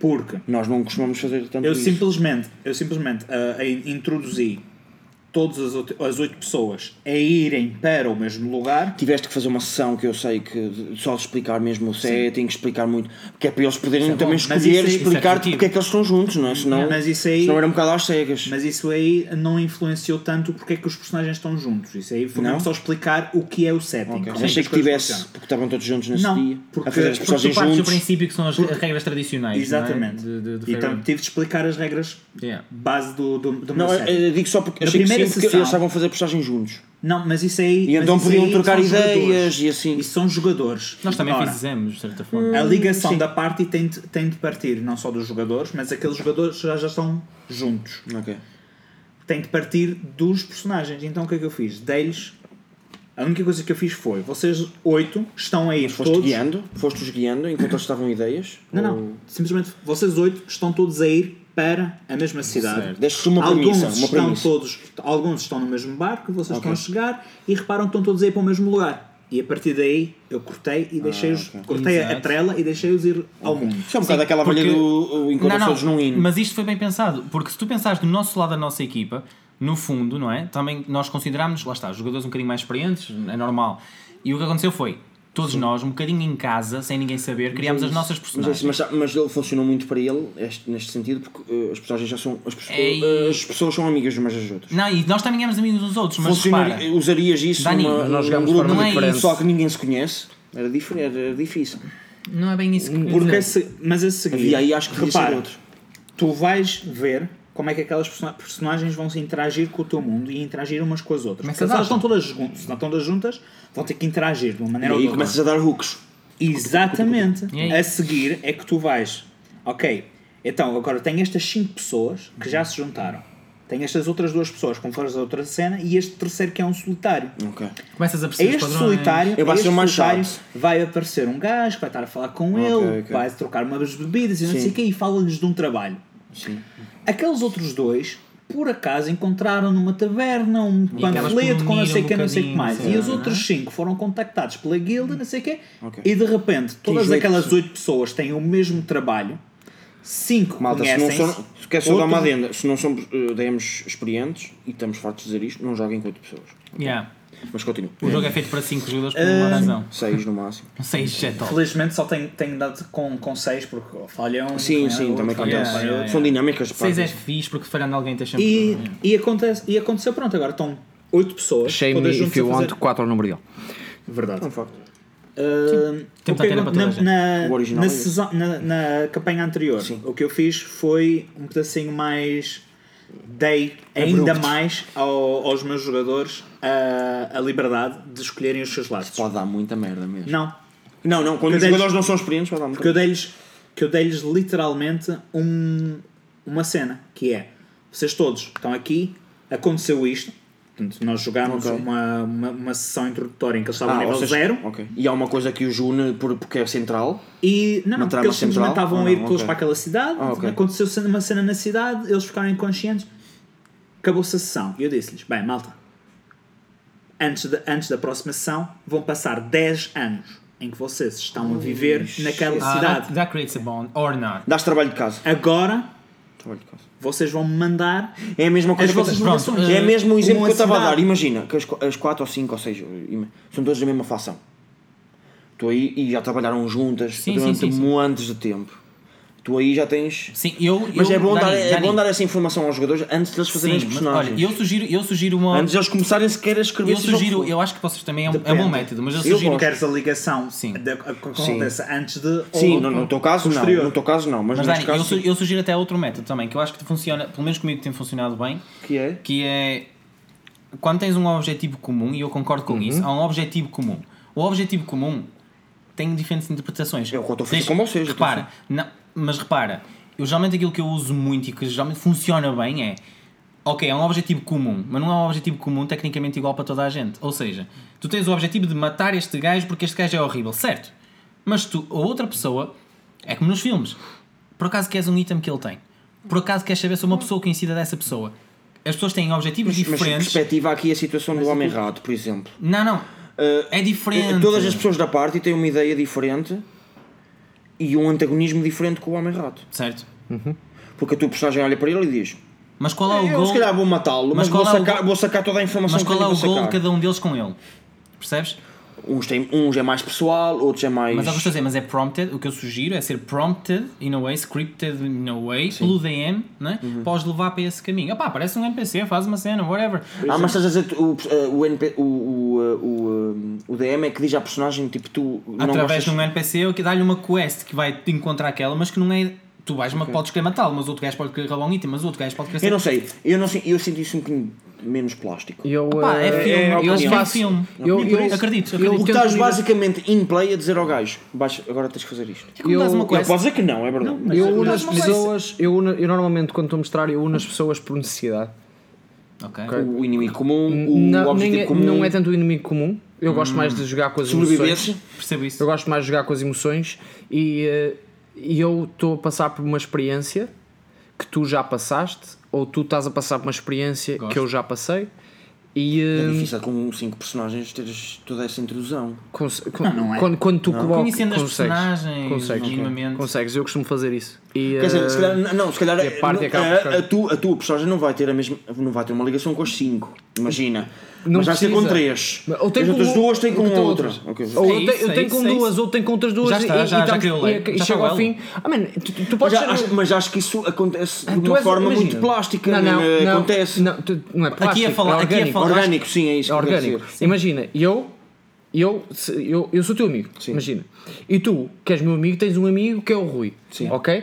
porque Nós não costumamos fazer tanto eu isso. simplesmente, eu simplesmente ah, in- introduzi todas as oito- as oito pessoas a irem para o mesmo lugar. Tiveste que fazer uma sessão que eu sei que de- só explicar mesmo o setting, explicar muito, porque é para eles poderem também bom, mas escolher, isso é- explicar isso é porque é que eles estão juntos, não é? Senão, Mas isso aí- senão era um bocado às cegas. Mas isso aí não influenciou tanto porque é que os personagens estão juntos. Isso aí foi Não? mesmo só explicar o que é o setting. Ok. como é Achei as que coisas tivesse, funcionam. porque estavam todos juntos nesse Não, dia, porque- a fazer as porque Porque personagens tu partes do juntos. princípio que são as regras tradicionais. Exatamente. Não é? de, de, de e tam- tive de explicar as regras Yeah. base do, do, do Não, é, meu eu- set. eu digo só porque Na achei que sim, primeira porque sessão- eles estavam a fazer personagens juntos. Não, mas isso aí. E mas então isso podiam aí trocar são jogadores. ideias e assim. Isso são jogadores. Nós também Ora, fizemos, de certa forma. A Hum, ligação da party tem de, tem de partir não só dos jogadores, mas aqueles jogadores já, já estão juntos. Ok. Tem de partir dos personagens. Então o que é que eu fiz? Dei-lhes. A única coisa que eu fiz foi: vocês oito estão aí Foste todos. guiando, foste-os guiando enquanto eles estavam ideias. Não, não. Simplesmente vocês oito estão todos a ir para a mesma cidade. Deste-lhes uma alguns premissa, uma estão premissa. todos, alguns estão no mesmo barco, vocês Ok. estão a chegar e reparam que estão todos a ir para o mesmo lugar. E a partir daí eu cortei Ah, e deixei-os, cortei a- a Exato. trela e deixei-os ir ao mundo. Isso é um bocado aquela porque- velha do o encontro todos num hino. Mas isto foi bem pensado, porque se tu pensares do nosso lado da nossa equipa, no fundo, não é? Também nós considerámos, lá está, jogadores um bocadinho mais experientes, é normal. E o que aconteceu foi, todos nós, um bocadinho em casa, sem ninguém saber, criámos as Mas, nossas personagens. esse- mas, mas ele funcionou muito para ele este- neste sentido porque eh, as personagens já são. As, perso- Ei. eh, as pessoas são amigas umas das outras. É Não, e nós também éramos amigos uns dos outros, mas Funcionar- repara, usarias isso Dani, é numa, nós nós num jogamos de grupo forma diferente. só que ninguém se conhece. Era, dif- era difícil. não é bem isso que... Porque a se- mas a seguir, Havia aí, acho que podia ser repara, outro. tu vais ver como é que aquelas persona- personagens vão se interagir com o teu mundo e interagir umas com as outras. Como é que Porque se se elas estão adaptam? todas juntas, se não estão todas juntas, vão ter que interagir de uma E maneira ou de aí outra. começas a dar hooks. Exatamente. E aí? A seguir é que tu vais. Ok, então agora tem estas 5 pessoas que já se juntaram. Tem estas outras duas pessoas, como fores a outra cena, e este terceiro que é um solitário. Ok. Começas a perceber os É Este padrões. solitário, Eu vou este ser o mais solitário chato. vai aparecer um gajo que vai estar a falar com ele, ok. vai trocar umas bebidas e não Sim. sei o quê, e fala-lhes de um trabalho. Aqueles outros dois, por acaso, encontraram numa taverna um acabas panfleto por com não sei unir o um quê, não sei o que bocadinho, mais. sei E lá, os não é? outros cinco foram contactados pela guilda, não sei o quê, Ok. e de repente todas oito aquelas oito pessoas têm o mesmo trabalho, cinco Malta, se não conhecem são. se Quer só dar uma adenda. Se não somos eh, DMs experientes e estamos fartos de dizer isto, não joguem com 8 pessoas. Yeah. Mas continua. O jogo é feito para um 5 jogadores por Ah, uma razão. 6 no máximo. 6 é top. Felizmente só tenho, tenho dado com, com seis, porque falham. Sim, falham sim, é outro, também falham acontece. outro, falham outro. São dinâmicas. pá. 6 é fixe, porque falhando alguém tens sempre... E, e, acontece, e aconteceu, pronto, agora estão oito pessoas. Shame me todas juntas if you a want, fazer- 4 ao número dele. Verdade. Um facto. Uh, Tem o que que ter acon- para toda a na- gente. na, O original na, é esse. season- na- na campanha anterior, o que eu fiz foi um pedacinho mais. Dei ainda mais ao- aos meus jogadores a, a liberdade de escolherem os seus lados. Pode dar muita merda mesmo. Não, Não, não, quando Porque os eu jogadores não são experientes, vai dar muita que eu dei-lhes que eu dei-lhes literalmente um, uma cena que é vocês todos estão aqui aconteceu isto portanto nós jogámos Ok. uma, uma, uma sessão introdutória em que eles estavam a ou nível seja, zero Ah, ok. E há uma coisa que os une por, porque é central. e não, não Uma porque trama eles simplesmente central? estavam a Ah, ir não, todos ok. para aquela cidade Ah, ok. aconteceu sendo uma cena na cidade eles ficaram inconscientes acabou-se a sessão e eu disse-lhes bem malta antes, de, antes da próxima sessão vão passar 10 anos em que vocês estão a viver naquela Ah, cidade that, that creates a bond, or not. Dás trabalho de casa. agora Trabalho de casa. vocês vão me mandar É a mesma coisa as vossas que eu pronto, ligações. É mesmo um o exemplo Uma que eu estava a cidade. dar. Imagina que as, qu- as quatro ou cinco ou seis ima- são todas da mesma facção. Tu aí e já trabalharam juntas Sim, durante sim, sim, sim. montes de tempo. Tu aí já tens. Sim, eu... Mas eu, é, bom Dani, dar, é Dani, bom dar essa informação aos jogadores antes de eles fazerem Sim, as mas personagens. olha, eu sugiro, eu sugiro uma... Antes de eles começarem sequer a escrever Eu seja o que sugiro, for. eu acho que vocês também é um, é um Depende. bom método, mas eu Eu sugiro. gosto. Queres a ligação Sim. da, que Sim. acontece antes de. Sim, ou- no, no teu caso não. posterior. No teu caso não, mas, Mas neste Dani, eu, caso su- sim. eu sugiro até outro método também, que eu acho que funciona, pelo menos comigo tem funcionado bem, que é. que é quando tens um objetivo comum, e eu concordo com isso, Uhum. há um objetivo comum. O objetivo comum tem diferentes interpretações. É o que eu estou a fazer Tens- com vocês, eu estou a Repara, não, mas repara, eu geralmente aquilo que eu uso muito e que geralmente funciona bem é Ok, é um objetivo comum, mas não é um objetivo comum tecnicamente igual para toda a gente. Ou seja, tu tens o objetivo de matar este gajo porque este gajo é horrível, certo? Mas tu, a outra pessoa, é como nos filmes. Por acaso queres um item que ele tem? Por acaso queres saber se uma pessoa conhecida dessa pessoa? As pessoas têm objetivos Mas diferentes. perspectiva aqui a situação do Homem-Rato, por exemplo. Não, não. é diferente. Eh, Todas as pessoas da party têm uma ideia diferente e um antagonismo diferente com o Homem-Rato. Certo. Porque a tua personagem olha para ele e diz: Mas qual é o Eu gol? se calhar vou matá-lo, mas, Mas qual vou, é o sacar, gol- vou sacar toda a informação Mas qual que é tenho o para gol de sacar. cada um deles com ele? Percebes? Uns, têm, uns é mais pessoal, outros é mais. Mas é o que eu estou a dizer, mas é prompted, o que eu sugiro é ser prompted in a way, scripted in a way, pelo DM, não é? Uhum. Para os levar para esse caminho. Opá, parece um NPC, faz uma cena, whatever. Ah, mas estás a dizer o, eh, o, NP, o, o, eh, o, eh, o DM é que diz à personagem tipo tu não Através de gostas... um NPC, eu que dá-lhe uma quest que vai te encontrar aquela, mas que não é. Tu vais, okay. podes querer matá-lo, mas outro gajo pode querer roubar um item, mas outro gajo pode querer. Eu não sei, eu, não, sei- eu senti isso um bocadinho menos plástico. Eu, Pá, é eh, filme, é eu opinião. faço filme. Eu, E por eu, isso- acredito, eu Tu acredito. tento estás ligar- basicamente in play a dizer ao gajo, "Baixo, agora tens que fazer isto. É como dás eu- uma Ele quest. pode dizer que não, é verdade. mas- Eu uno Mas as não sei se- pessoas, eu, uno- eu normalmente quando estou a mostrar, eu uno as pessoas por necessidade. Ok. O inimigo comum, o não, objetivo nem é, comum, Hum. não é tanto o inimigo comum, eu gosto mais de jogar com as emoções. sobrevivência. Percebo Eu isso. gosto mais de jogar com as emoções e eh, e eu estou a passar por uma experiência que tu já passaste, ou tu estás a passar por uma experiência Gosto. que eu já passei. E eh, É difícil com cinco personagens teres toda essa introdução. cons- con- não é. Quando, quando tu colocas. Conhecendo as consegues, personagens, consegues, minimamente. consegues, eu costumo fazer isso. E, Quer dizer, eh, se calhar, não, se calhar e a parte não- acaba a- por- a, tu- a tua personagem não vai ter a mesma, não vai ter uma ligação com as 5, imagina. Não mas vai ser com precisa. três. Mas- Ou tem as com outras o- duas têm com ou tem outra. outras. Ok. Ou É eu, isso, te- eu é tenho isso, com é duas, ou tenho com outras duas Já está, e, já- e, já estamos- criou lei. e, e Já chego está ao well. fim. Ah, man, tu, tu- tu Mas, podes já acho, mas acho que isso acontece de um- tu uma és- forma imagina. muito plástica. Não, não, eh, não, acontece. Não, tu- não é plástico, Aqui a falar- é aqui a orgânico. falar- Orgânico, sim, é isso. É que eu quero orgânico. dizer. Imagina, eu, eu, se- eu, eu sou teu amigo, imagina. E tu, que és meu amigo, tens um amigo que é o Rui, ok?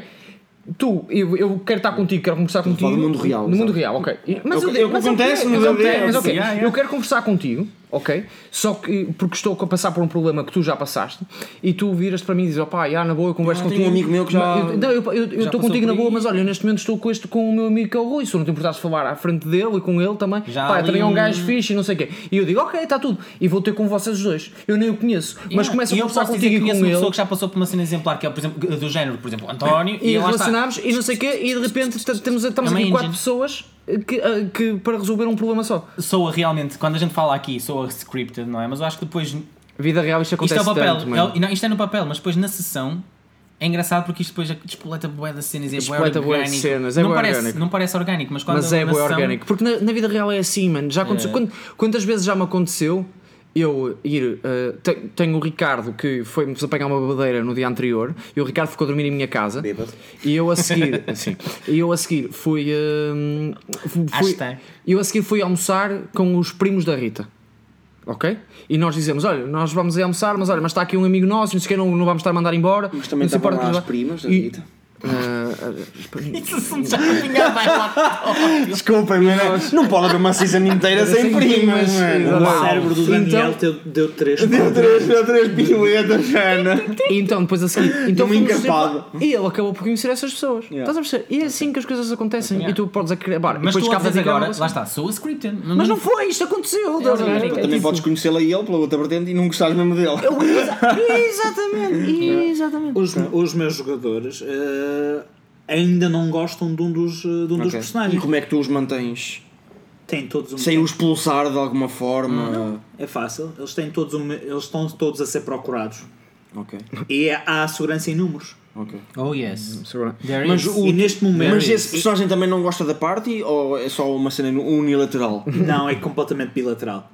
Tu, eu, eu quero estar contigo, quero conversar contigo. falo do mundo real, No mundo sabe? real, ok. E- Mas É o que- é o que mas acontece ok, no mas ok, DDR, mas é ok. sim, yeah, yeah. Eu quero conversar contigo, ok? Só que, porque estou a passar por um problema que tu já passaste, e tu viras para mim e dizes, opá, já, na boa, eu converso Eu tenho contigo. um amigo meu que já- Eu- Não, eu- eu- eu estou passou contigo na por boa, aí. mas olha, eu neste momento estou com este com o meu amigo que é o Rui, se eu não te importares de falar à frente dele e com ele também, Já pá, ali também é um um- gajo fixe e não sei o quê. E eu digo, ok, está tudo. E vou ter com vocês os dois. Eu nem o conheço. Mas Yeah. começo a E eu conversar posso dizer contigo e que com conheço uma pessoa ele. que já passou por uma cena exemplar, que é, por exemplo, do género, por exemplo, António, E, e, lá está. relacionámos e não sei o quê. E de repente t- temos, estamos É uma aqui quatro engine. pessoas que, ah, que, para resolver um problema só. soa realmente, quando a gente fala aqui, soa scripted, não é? Mas eu acho que depois. Vida real, isto Isto acontece é o papel. tanto, é o- não, isto é no papel, mas depois na sessão. É engraçado porque isto depois é que despoleta bué das cenas e é bué Despoleta bué de orgânico. cenas, é não, bué parece, orgânico. não parece orgânico, mas quando Mas é na bué sessão- orgânico. Porque na, na vida real é assim, mano. Já aconteceu. É. quant- quantas vezes já me aconteceu eu ir. eh, te- tenho o Ricardo que foi-me apanhar uma babadeira no dia anterior e o Ricardo ficou a dormir em minha casa. E eu a [LAUGHS] seguir. assim, e eu a seguir fui. eh, fui- Hashtag. eu a seguir fui almoçar com os primos da Rita. Ok? E nós dizemos: olha, nós vamos aí almoçar, mas olha, mas está aqui um amigo nosso, não sei o quê, não, não vamos estar a mandar embora. Mas também não se estavam importa lá que as nós vá- primas da E- Rita. ah, Esse assunto já apanhado, vai lá. Desculpem, mas é- não pode haver uma season inteira sem primas, mano. O Uau. cérebro do Então- Daniel deu, deu três. Deu três, deu três piruetas, mano. E então, depois a seguir. Então Numa fomos encapada. sempre- E ele acabou por conhecer essas pessoas. Estás a perceber? E é assim que as coisas acontecem. E tu podes acabar. Mas e depois tu a escapas dizer daquela agora, relação. lá está, soa scripted. Mas não foi, isto aconteceu. Deus, é, orgânico. Também podes conhecê-la e ele pela outra vertente e não gostares mesmo dele. Exatamente, exatamente. Os, os meus jogadores eh, ainda não gostam de um dos, eh, de um dos Ok. E personagens. como é que tu os mantens? Têm todos um Sem os expulsar de alguma forma? É fácil. Eles, têm todos um- eles estão todos a ser procurados. Ok, E é, há segurança em números. ok. Oh yes. Segura. There Mas is. o- E neste momento. Mas esse personagem também não gosta da party ou é só uma cena unilateral? Não, é completamente bilateral.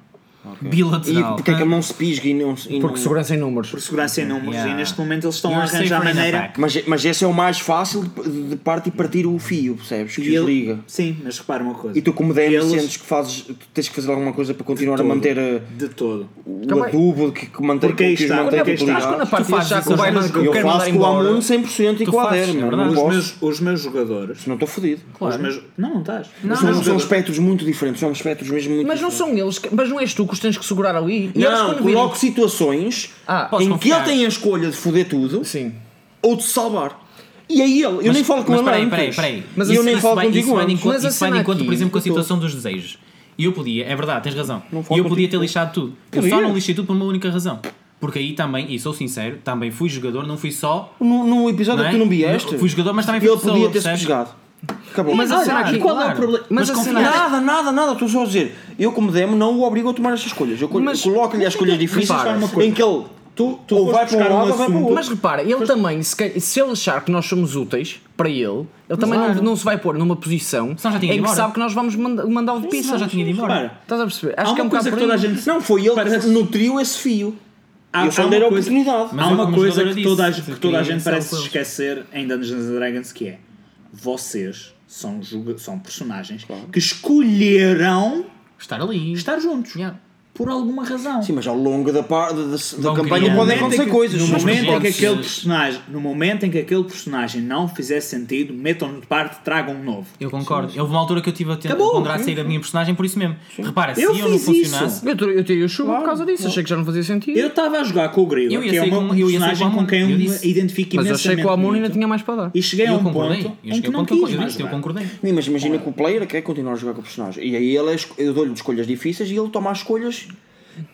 E bilateral. porque é que a mão se pisga e não se. e não- Porque segurança em números. Por segurança em números. Yeah. E neste momento eles estão You're a arranjar safer in maneira. attack. Mas, mas esse é o mais fácil de, de party partir o fio, percebes? Que E os ele- liga. Sim, mas repara uma coisa. E tu, como DM, Eles- sentes que fazes, tu tens que fazer alguma coisa para continuar a Todo. manter uh, De todo. o Também. adubo de que, que mantém Porque aí que os está, É, mantém porque aí tipo está. Mas quando a ligados. parte fazes já as que o vai coisas mas que que eu Eu quero mandar faço com o embora. Amuno 100% e Tu com a fazes, Ader, é mano. verdade. Não Os posso. meus, os meus jogadores. Não estou fodido. Os meus... Não, não estás. Os meus São, são jogadores- espectros muito diferentes, são espectros mesmo muito Mas não diferentes. são eles, que- mas não és tu que os tens que segurar ali. E eles Não, quando virem- coloco situações Ah, posso em que confiar. ele tem a escolha de foder tudo Sim. ou de salvar. E é ele, eu nem falo com mas ele peraí, antes. peraí, peraí. Mas eu isso- nem isso falo vai- contigo Isso vai de antes. encontro, Mas a isso vai de cena encontro, por aqui- exemplo, com a situação dos desejos. E eu podia, é verdade, tens razão. E falo eu podia contigo. ter lixado tudo. Eu só não lixei tudo por uma única razão. Porque aí também, e sou sincero, também fui jogador, não fui só. Num, num episódio Não é? que tu não vieste, Fui jogador, mas também fui ele pessoa, podia ter-se percebes? jogado. Acabou. Mas a cena olha, aqui. e qual é o problema? Mas Mas a confia- cena aqui. Nada, nada, nada, estou só a dizer. Eu, como demo, não o obrigo a tomar estas escolhas. Eu co- Mas- é coloco-lhe as escolhas difíceis repara, em que ele Tu, tu ou foste vai para buscar um um lado ou vai para o assunto- outro. Mas repara, ele também, se, ca- se ele achar que nós somos úteis para ele, ele também Claro. não, não se vai pôr numa posição Senão já em tinha que ido embora. sabe que nós vamos manda- mandar o de Isso pizza. já tinha ido embora. Repara, Estás a perceber? há Acho que é um uma coisa bocado que por aí. toda a gente Não, foi ele Parece- que nutriu esse fio. Há, Eu só há dei a uma coisa, oportunidade. há Mas uma como coisa jogadora que toda, a, disse, que que toda a queria gente parece iniciar o esquecer em Dungeons and Dragons que é vocês são, joga- são personagens que escolherão Estar ali. estar juntos Yeah. por alguma razão. Sim, mas ao longo da, par- da, da- da Vão campanha criando. podem No momento acontecer em que- coisas. No Mas momento, em que podes- aquele personagem, no momento em que aquele personagem não fizer sentido, metam-no de parte, tragam um novo. Eu concordo. Houve uma altura que eu tive a tentar Acabou. ponderar sair da minha personagem por isso mesmo. Repara, se Eu eu não fiz isso. funcionasse. Eu tirei- eu tirei o chuva por causa disso, achei que já não fazia sentido. Eu estava a jogar com o Grilo, Eu ia que é sair uma com- eu ia sair personagem com a com quem eu Moni. me Eu disse. identifico Mas eu imensamente. achei que o Amon ainda muito. tinha mais para dar. E É cheguei a Eu um concordei. ponto em Eu que cheguei ao não ponto que eu quis eu mais disse, é? eu jogar. concordei. Sim, mas imagina que o player quer continuar a jogar com o personagem. E aí ele é esco- eu dou-lhe escolhas difíceis e ele toma as escolhas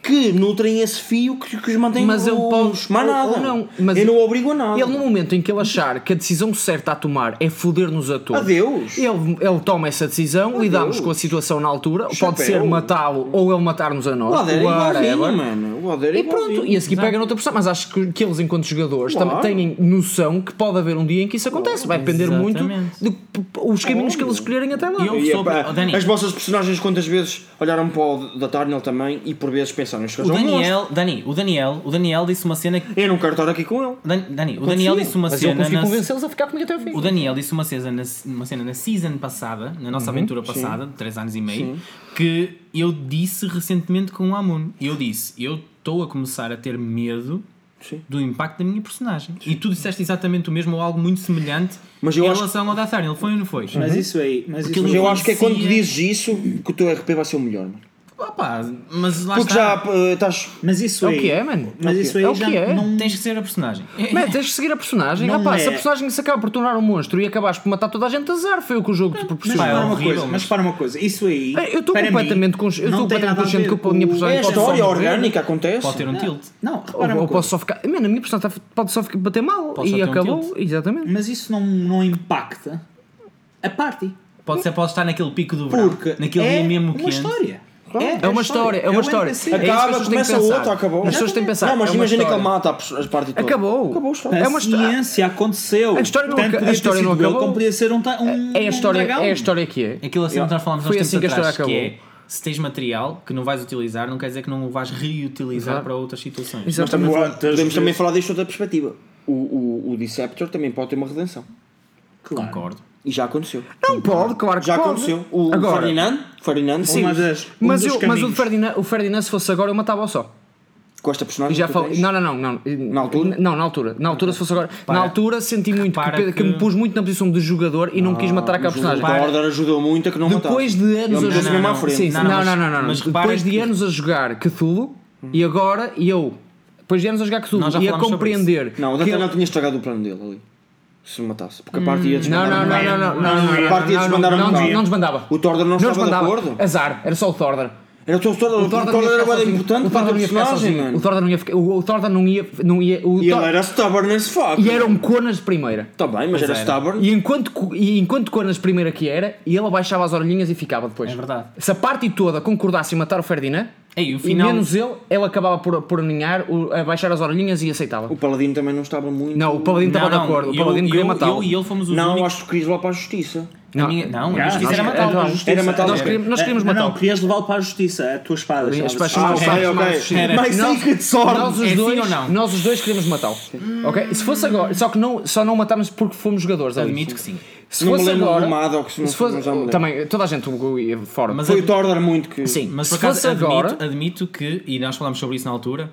que nutrem esse fio que, que os mantém Mas ele bons. pode- Mas ou- nada. ou não, mas eu não ele- o obrigo a nada. Ele, é no momento em que ele achar que a decisão certa a tomar é foder-nos a todos, Adeus. Ele, ele toma essa decisão, lidamos com a situação na altura, pode ser Chapéu. matá-lo ou ele matar-nos a nós. O Oder é igualzinho, whatever. mano. O Oder é E pronto, igualzinho. e assim a seguir pega noutra pessoa. Mas acho que, que eles, enquanto jogadores, Claro. também têm noção que pode haver um dia em que isso acontece. Vai depender Exatamente. muito de p- p- os caminhos que eles escolherem até lá. E eu- E, sobre- epá, Oh, Dani. as vossas personagens quantas vezes olharam para o da Tarnel também e por vezes pensaram, este O gajo é um monstro. Daniel, Dani, o Daniel, o Daniel disse uma cena que Eu não quero estar aqui com ele. Dan- Dani, o Daniel disse uma é mas eu cena consegui na, convencê-los a ficar comigo até ao fim. o Daniel disse uma cena na, uma cena na season passada, na nossa Uhum, aventura passada, de 3 anos e meio, que eu disse recentemente com o Amun. Eu disse, eu estou a começar a ter medo do impacto da minha personagem. E tu disseste exatamente o mesmo ou algo muito semelhante Mas eu em acho- Uhum. relação ao Dathar, ele foi ou não foi? Mas isso aí, mas isso Mas aí- eu acho que é quando tu influencia- dizes isso que o teu RP vai ser o melhor. mano. Opa, mas lá Porque já está. eh, estás. Mas isso É o aí. que é, mano. Mas isso aí É o já que é. não. Tens que ser a personagem. É, Mano, tens de seguir a personagem. Não Ah, pá, Se a é. personagem se acaba por tornar um monstro e acabaste por matar toda a gente, azar foi o que o jogo te Mas proporcionou. Pá, é para uma horrível, coisa, mas- mas para uma coisa, isso aí. É, eu estou para mim, completamente consci- eu não estou tem completamente nada a consciente ver que eu ponho a minha com- personagem É a pode história só orgânica, acontece. Pode ter um tilt. Não, repara Ou, uma ou coisa. posso só ficar. Mano, a minha personagem tá- pode só ficar bater mal Pode só e ter um acabou. tilt. Exatamente. Mas isso não, não impacta a party. Pode ser, pode estar naquele pico do verão, Porque naquele é dia mesmo uma quente. história. É uma história, é uma um história. NPC. É isso que as Acaba, pessoas têm que começa pensar. outra, acabou. As pessoas têm que pensar. Não, mas é uma imagina que história. ele mata a pers- as partes todas. Acabou. Acabou a história. É A uma história. ciência aconteceu. A história não Tanto aca- a podia ter história sido não ele, acabou. Como podia ser um, ta- um, É a história, um dragão. é a história que é. Aquilo assim que nós falámos Foi há uns assim que a tempos história atrás, que é, acabou. se tens material que não vais utilizar, não quer dizer que não o vais reutilizar Exato. para outras situações. Mas também Quantas fala- podemos vezes- também falar disto de outra perspectiva. O, o, o Deceptor também pode ter uma redenção. Claro. Concordo. E já aconteceu. Não pode, claro que Já pode. aconteceu. O agora, Ferdinand, Ferdinand sim. Uma das, um mas, dos eu, mas o caminhos. Ferdinand, o Ferdinand, se fosse agora, eu matava-o só. com esta E personagem. já que tu falei. tens. Não, não, não, não. Na altura? Não, na altura. Na altura, se fosse agora. Na altura, senti muito Repara que, que que- me pus muito na posição de jogador e não quis matar aquela Mas o personagem. Dark Order ajudou muito a que não Depois matasse. de anos Ele a meteu-se jogar. mesmo à frente. Sim, sim. Não, não, não, não, mas- não, não, não. mas repara Depois de que- anos a jogar Cthulhu e agora e eu. Depois de anos a jogar Cthulhu Nós já e a falámos sobre compreender. Não, o que Dante ele- não tinha estragado o plano dele ali. Se o matasse. Porque a parte ia não, desmandar. não, não, não, não, não, não, A parte ia não, não, desmandar um não, bocado. não É desbandava. O Thorder não estava de desbandava. acordo? Azar, era só o Thorder. Era o teu Thorder. O Thorder Thorder não ia era ficar bué sozinho. importante O para a Thorder tua não ia ficar personagem, sozinho. O mano. Thorder não ia ficar. O o Thorder não ia. Não ia o E Thor- ele era stubborn as fuck. E eram conas de primeira. Está bem, mas um era stubborn. E enquanto, co- e enquanto Conas primeira que era, e ele abaixava as orelhinhas e ficava depois. É verdade. Se a parte toda concordasse em matar o Ferdinand, Ei, o e final- menos ele, ele acabava por, por aninhar, o- abaixar as orelhinhas e aceitava. O Paladino também não estava muito. Não, o Paladino estava de acordo, o eu- Paladino queria eu- matá-lo. Eu e ele fomos os Não, únicos. acho que querias lá para a justiça. Não, minha, não a Yeah, justiça era nós- matá-lo. era- justiça. era matá-lo. Nós queríamos, nós Ah, queríamos não, matá-lo. Não, querias levá-lo para a justiça. A tua espada. As chamava-se- pessoas chamavam-se ok, ok. mais- mais justiça. Ah, My Nós- secret sword. Nós É os sim dois, ou não? nós os dois queríamos matá-lo. Ok? Se fosse agora, só que não, só não matámos porque fomos jogadores. ali. Admito que sim. Se Não me fosse lembro agora, do Maddox, não- se fosse, não já me lembro. também toda a gente é o- fora. Mas é Foi ad- o Thorder muito que. Sim, Mas se por acaso fosse agora, admito, admito que, e nós falámos sobre isso na altura,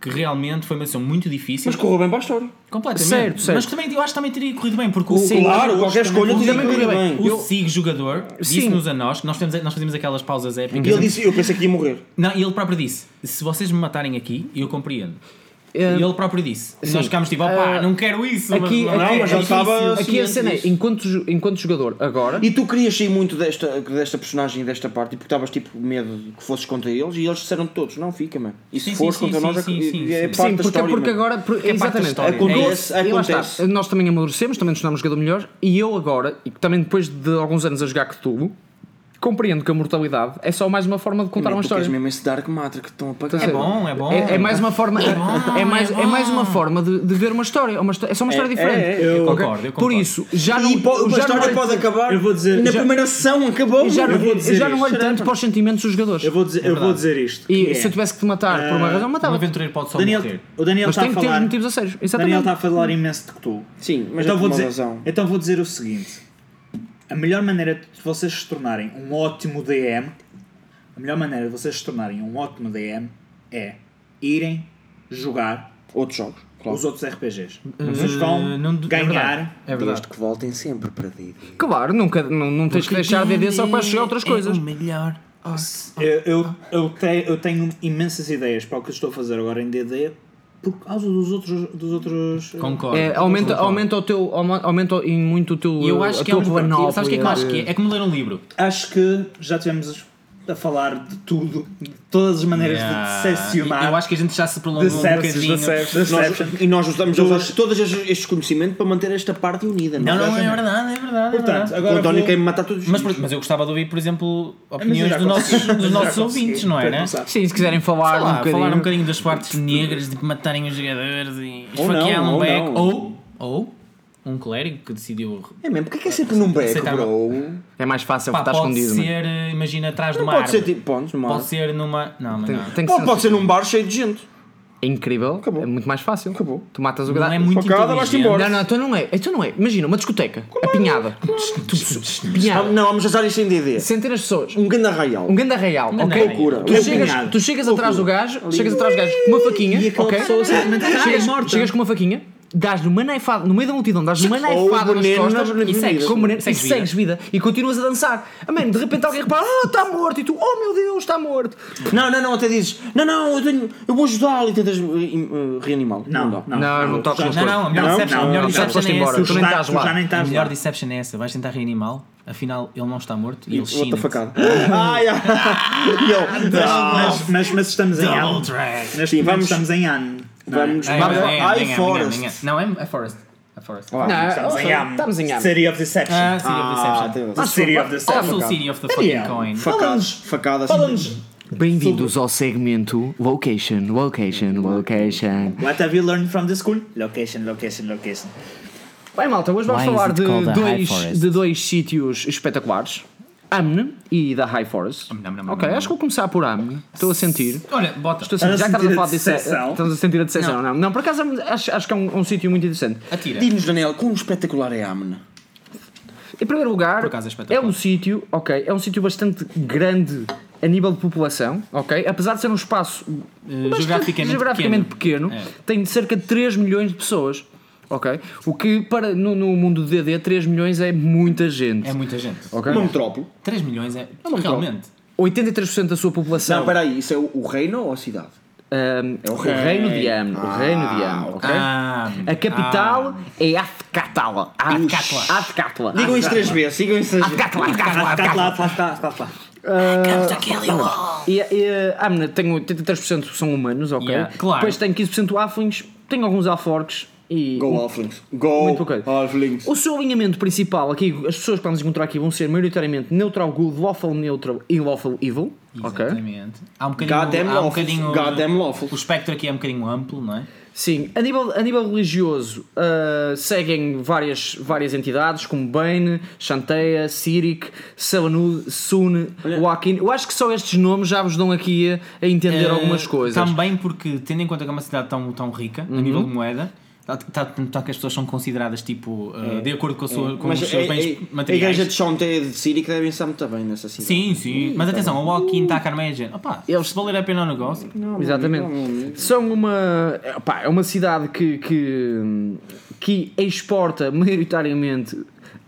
que realmente foi uma decisão muito difícil. Mas correu bem para a história. completamente. Certo, certo. Mas que também, eu acho que também teria corrido bem, porque o, Sim, claro, qualquer escolha também tinha que correu correr bem. bem. o SIG jogador disse-nos Sim. a nós, que nós, temos, nós fazíamos aquelas pausas épicas. E ele disse: Eu pensei que ia morrer. Não, e ele próprio disse: se vocês me matarem aqui, eu compreendo. eh, E ele próprio disse. Sim. Nós ficámos tipo, opá, Ah, não é quero isso. aqui, mas, aqui, mas ele aqui, estava aqui a ciente cena é, disso. enquanto, jo- enquanto jogador, agora, E tu querias sair muito desta, desta personagem e desta parte, porque estavas tipo medo de que fosses contra eles e eles disseram todos, não fica, mano. E se Sim, fores sim, contra sim, nós, sim, é, sim, é parte sim. Sim, da porque, história. porque mano. agora. por- é parte da exatamente. É, história. Acontece, E lá está. acontece. Nós também amadurecemos, também nos tornamos jogador melhor. E eu agora, e também depois de alguns anos a jogar Cthulhu, compreendo que a mortalidade é só mais uma forma de contar Mano, uma tu queres história. mesmo esse Dark Matter que estão a pagar. Estás a É ver? bom, é bom. É, é mais uma forma, é, [LAUGHS] bom, é mais, é é mais bom. uma forma de, de ver uma história. Uma histó- é só uma história diferente. é, eu Ok? concordo, eu Por concordo. isso, já não. E po- uma já não é história olho- pode acabar é- eu vou dizer- na já- primeira sessão, acabou. já mano. não, eu vou olho- dizer já não olho isto. tanto para os sentimentos dos jogadores. Eu vou dizer, eu vou dizer isto. E que é, se eu tivesse que te matar por uma razão, Um matava. aventureiro pode só Daniel, morrer. o Daniel Mas está tem a que ter falar. motivos a sérios. Daniel Exatamente. está a falar imenso de Cthulhu. Sim, mas então é vou por uma dizer, razão. Então vou dizer o seguinte: a melhor maneira de vocês se tornarem um ótimo DM, a melhor maneira de vocês se tornarem um ótimo DM é irem jogar Outros jogos, claro. os outros RPGs. Vocês vão Eh, não- é ganhar. verdade, É verdade. Desde que voltem sempre para ti. Claro, nunca, não, não tens que deixar DD só para chegar a outras coisas. É o melhor. Eu, eu, eu, te- eu tenho imensas ideias para o que estou a fazer agora em DD por causa dos outros. Dos outros Concordo. É, aumenta, Concordo. aumenta o teu auma- aumenta em muito o teu E eu acho a que é tua um desafio. planópolis. Sabes o que é que eu acho que é? É como ler um livro. Acho que já tivemos a falar de tudo, de todas as maneiras Yeah. de decepcionar. É, Eu acho que a gente já se prolongou um Deceptions, bocadinho. deceptions, Nós, deceptions. e nós usamos Duas- todos, todos estes, estes conhecimentos para manter esta parte unida. Não, não, é Exatamente. verdade, é verdade. é verdade. Portanto, O agora. António vou- quer me matar todos os Mas, dias. por- mas eu gostava de ouvir, por exemplo, Ah, Mas eu opiniões já dos nossos, consegui, dos já nossos consegui, ouvintes, não é? para Né? começar. Sim, se quiserem falar, Sei lá, um bocadinho. falar um bocadinho das partes negras de matarem os jogadores e Ou não, esfaquear um ou beco. não. Ou, ou um clérigo que decidiu. É mesmo, porque é que é sempre num beco, Aceitável. bro? É mais fácil Pá, estar pode escondido. mano. ser, eh, imagina, atrás de Tá né? Não uma pode ser árvore. tipo pontos, numa Pode árvore. ser numa. Não, mas Tem, não. tem que Ou ser, pode ser num bar cheio de gente. É incrível. Acabou. É muito mais fácil. Acabou. Tu matas o Não gato. é muito Focada, tá vais-te inteligente. embora. Não, não, tu não é. Tu não é. Imagina, uma discoteca. apinhada. Ah, Apinhada. Não, vamos usar isto em DD. Centenas de pessoas. Um grande arraial. Um grande arraial. grande ok? arraial. Loucura. Tu É um Loucura. chegas, tu chegas atrás do gajo, chegas atrás do gajo com uma faquinha. E aquela ok? pessoa simplesmente chegas, é morta. chegas com uma faquinha, dás-lhe uma naifada, no meio da multidão, dás-lhe [LAUGHS] uma Ou naifada nas veneno costas nas e segues, bebidas. com veneno, Segues e segues vida. E continuas a dançar. Ah, man, de repente alguém repara, oh, está morto, e tu, oh meu Deus, está morto. Não, não, não, até dizes, não, não, eu, tenho, eu vou ajudá-lo e tentas eh, eh, reanimá-lo. Não, dá. não, Não, não toques já- nas Não, não, a melhor Não, deception, não, a melhor não, já deception foste é embora. essa. Tu nem estás tu lá. já nem A estás melhor lá. deception é essa. Vais tentar reanimá-lo, afinal ele não está morto e ele Outra china. facada. Ai, ai. E eu, Mas, mas, mas estamos em ano. Double drag. Neste momento vamos- estamos em ano. não é? Vamos, É, vamos, é, é, ai, é, é, Forrest. é, é. Não, é é Forest. É Forest. Ah, Não, Estamos em olha, ano. estamos em amo. City of Deception. Ah, City of Ah, Deception. tem- City of Deception. Also City of the fucking Daniel. Tá coin. facadas, Fala-nos- assim. facadas. Fala-nos. Bem-vindos ao segmento Location, Location, Location. What have you learned from the school? Location, location, location. Bem, malta, hoje vamos Why is falar it de called the High dois, Forest? de dois sítios espetaculares: Amne e da High Forest. Amne, amne, amne, ok, amne. acho que vou começar por Amne. Estou a sentir. Olha, bota. Estou a sentir. Estás Já a que estamos a sentir falar a de decepção? Estamos a sentir a decepção, não. Não, por acaso acho, acho que é um, um sítio muito interessante. Atira. Diz-nos, Daniel, quão espetacular é a Amna? Em primeiro lugar, Por acaso é é, espetacular. um sítio, ok, é um sítio bastante grande a nível de população, ok? Apesar de ser um espaço bastante geograficamente É. geograficamente pequeno, pequeno. tem cerca de 3 milhões de pessoas, ok? O que para no, no mundo do DD 3 milhões é muita gente. É muita gente. ok? Uma metrópole. 3 milhões é realmente. 83% da sua população Não, espera aí, isso é o, o reino ou a cidade? ahm, é o reino. reino de Amno, o reino de Amno, ok? Ah, A capital é Athcatla. Athcatla. Athcatla. Ah, Digam isso três vezes, digam isso três vezes. Ah, Athcatla, Athcatla, Cá Athcatla. Ah, lá, cá lá, cá lá. Ah, E, e a Amna tem 83% que são humanos, ok? Yeah, claro. Depois tem 15% alflings, tem alguns alforques e. Go Halflings. Go Muito pouco. Halflings. O seu alinhamento principal aqui, as pessoas que vamos encontrar aqui vão ser maioritariamente Neutral Good, Lawful Neutral e Lawful Evil. Ok? Exatamente. Há um bocadinho. Goddamn há um lawful. bocadinho Goddamn lawful. o espectro aqui é um bocadinho amplo, não é? Sim, a nível, a nível religioso, ah, seguem várias, várias entidades como Bane, Shanteia, Sirik, Selanud, Sun, Joaquin. Eu acho que só estes nomes já vos dão aqui a, a entender algumas Eh, coisas. Uhum. Também porque, tendo em conta que é uma cidade tão, tão rica, a nível de moeda, tá- tá- tá que as pessoas são consideradas tipo É, eh, de acordo com, a sua, com Mas os a, seus a, bens a materiais. igreja de Shonte de Siri que devem estar muito bem nessa cidade. Sim, sim. tá Mas atenção, o walk-in está a Carmeia dizendo: opá, Eles- se valer a pena o negócio. Exatamente. São uma. é, pá, é uma cidade que, que, que exporta maioritariamente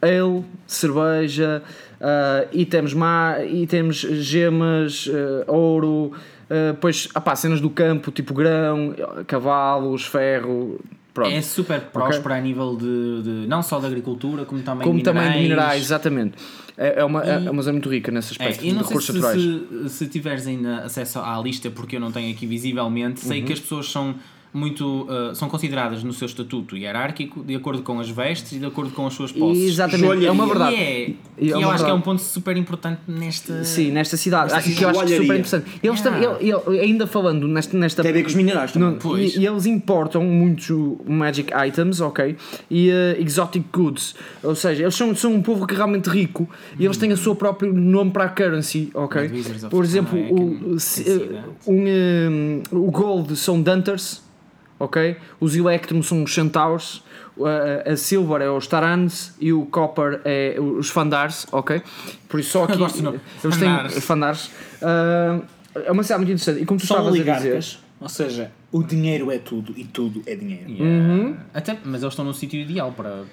ale, cerveja, ah, itens, má, itens gemas, ah, ouro, Ah, pois, ah pá, cenas do campo, tipo grão, cavalos, ferro. Pronto. É super próspero a nível de, de- não só da agricultura, como também Como de minerais. também de minerais, exatamente. É, é uma, é E- uma zona muito rica nesse É, aspecto, eu de não sei recursos se, naturais. se, se tiveres ainda acesso à lista, porque eu não tenho aqui visivelmente, sei Uhum. que as pessoas são muito ah, são consideradas no seu estatuto hierárquico de acordo com as vestes e de acordo com as suas posses. Exatamente, é uma E verdade. é- E e é eu uma acho que é verdade. um ponto super importante nesta. Sim, nesta cidade. Nesta Acho que eu acho que é super joalharia. interessante. Eles Yeah. também, ele- ele- ainda falando nesta. nesta Tem a ver com os minerais também. no- Pois. e, e eles importam muitos magic items, ok? E eh, exotic goods. Ou seja, eles são, são um povo que é realmente rico e eles têm o seu próprio nome para a currency, ok? Mad Wizards of Por exemplo, Time, é o, que se- tem eh, um, eh, o gold são dunters, ok? Os electrum são os centaurs. A, a- a silver é os tarans e o copper é os fandars, ok? Por [LAUGHS] isso só aqui gosto do nome. eles têm Fandars. um Fandars. Ah, é uma cidade muito interessante. E como tu São estavas a dizer. oligarcas, ou seja, o dinheiro é tudo e tudo é dinheiro. Yeah. Uhum. Até, mas eles estão num sítio ideal para,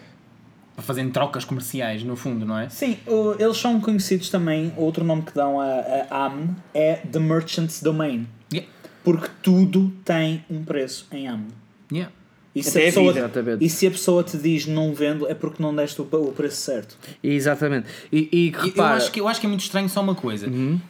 para fazerem trocas comerciais, no fundo, não é? Sim, o- eles são conhecidos também, outro nome que dão a, a AMN é The Merchant's Domain, Yeah. porque tudo tem um preço em AMN. Yeah. E se, Até a a pessoa, vida, exatamente. e se a pessoa te diz não vendo, é porque não deste o, o preço certo. Exatamente. E, e que Eu- repara. Eu, acho que, eu acho que é muito estranho só uma coisa.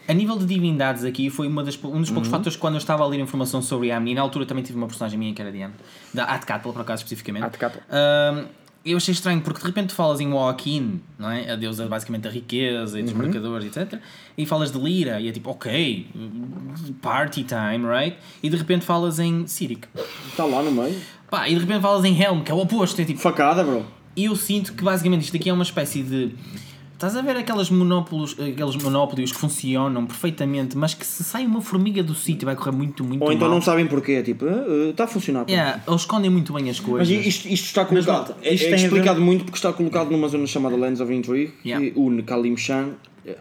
A nível de divindades aqui, foi uma das, um dos poucos fatores que quando eu estava a ler informação sobre a e na altura também tive uma personagem minha que era Diana, da Atcatl, por acaso, especificamente. Atkatl. Ahm, eu achei estranho porque de repente falas em Joaquim, não é? A deusa basicamente da riqueza e dos mercadores, etc. E falas de Lira e é tipo, ok, party time, right? E de repente falas em Sirik. Está Tá lá no meio. Pá, e de repente falas em Helm, que é o oposto. É tipo, Facada, bro. e eu sinto que basicamente isto aqui é uma espécie de. Estás a ver aquelas monópolos, aqueles monópolios que funcionam perfeitamente, mas que se sai uma formiga do sítio vai correr muito, muito Ou então mal. não sabem porquê. Tipo, está a funcionar. pá. É, eles escondem muito bem as Mas coisas. isto, isto está colocado. nota, é- é. isto é tem a ver- explicado muito porque está colocado numa zona chamada Lands of Intrigue Yeah. que une Kalimshan,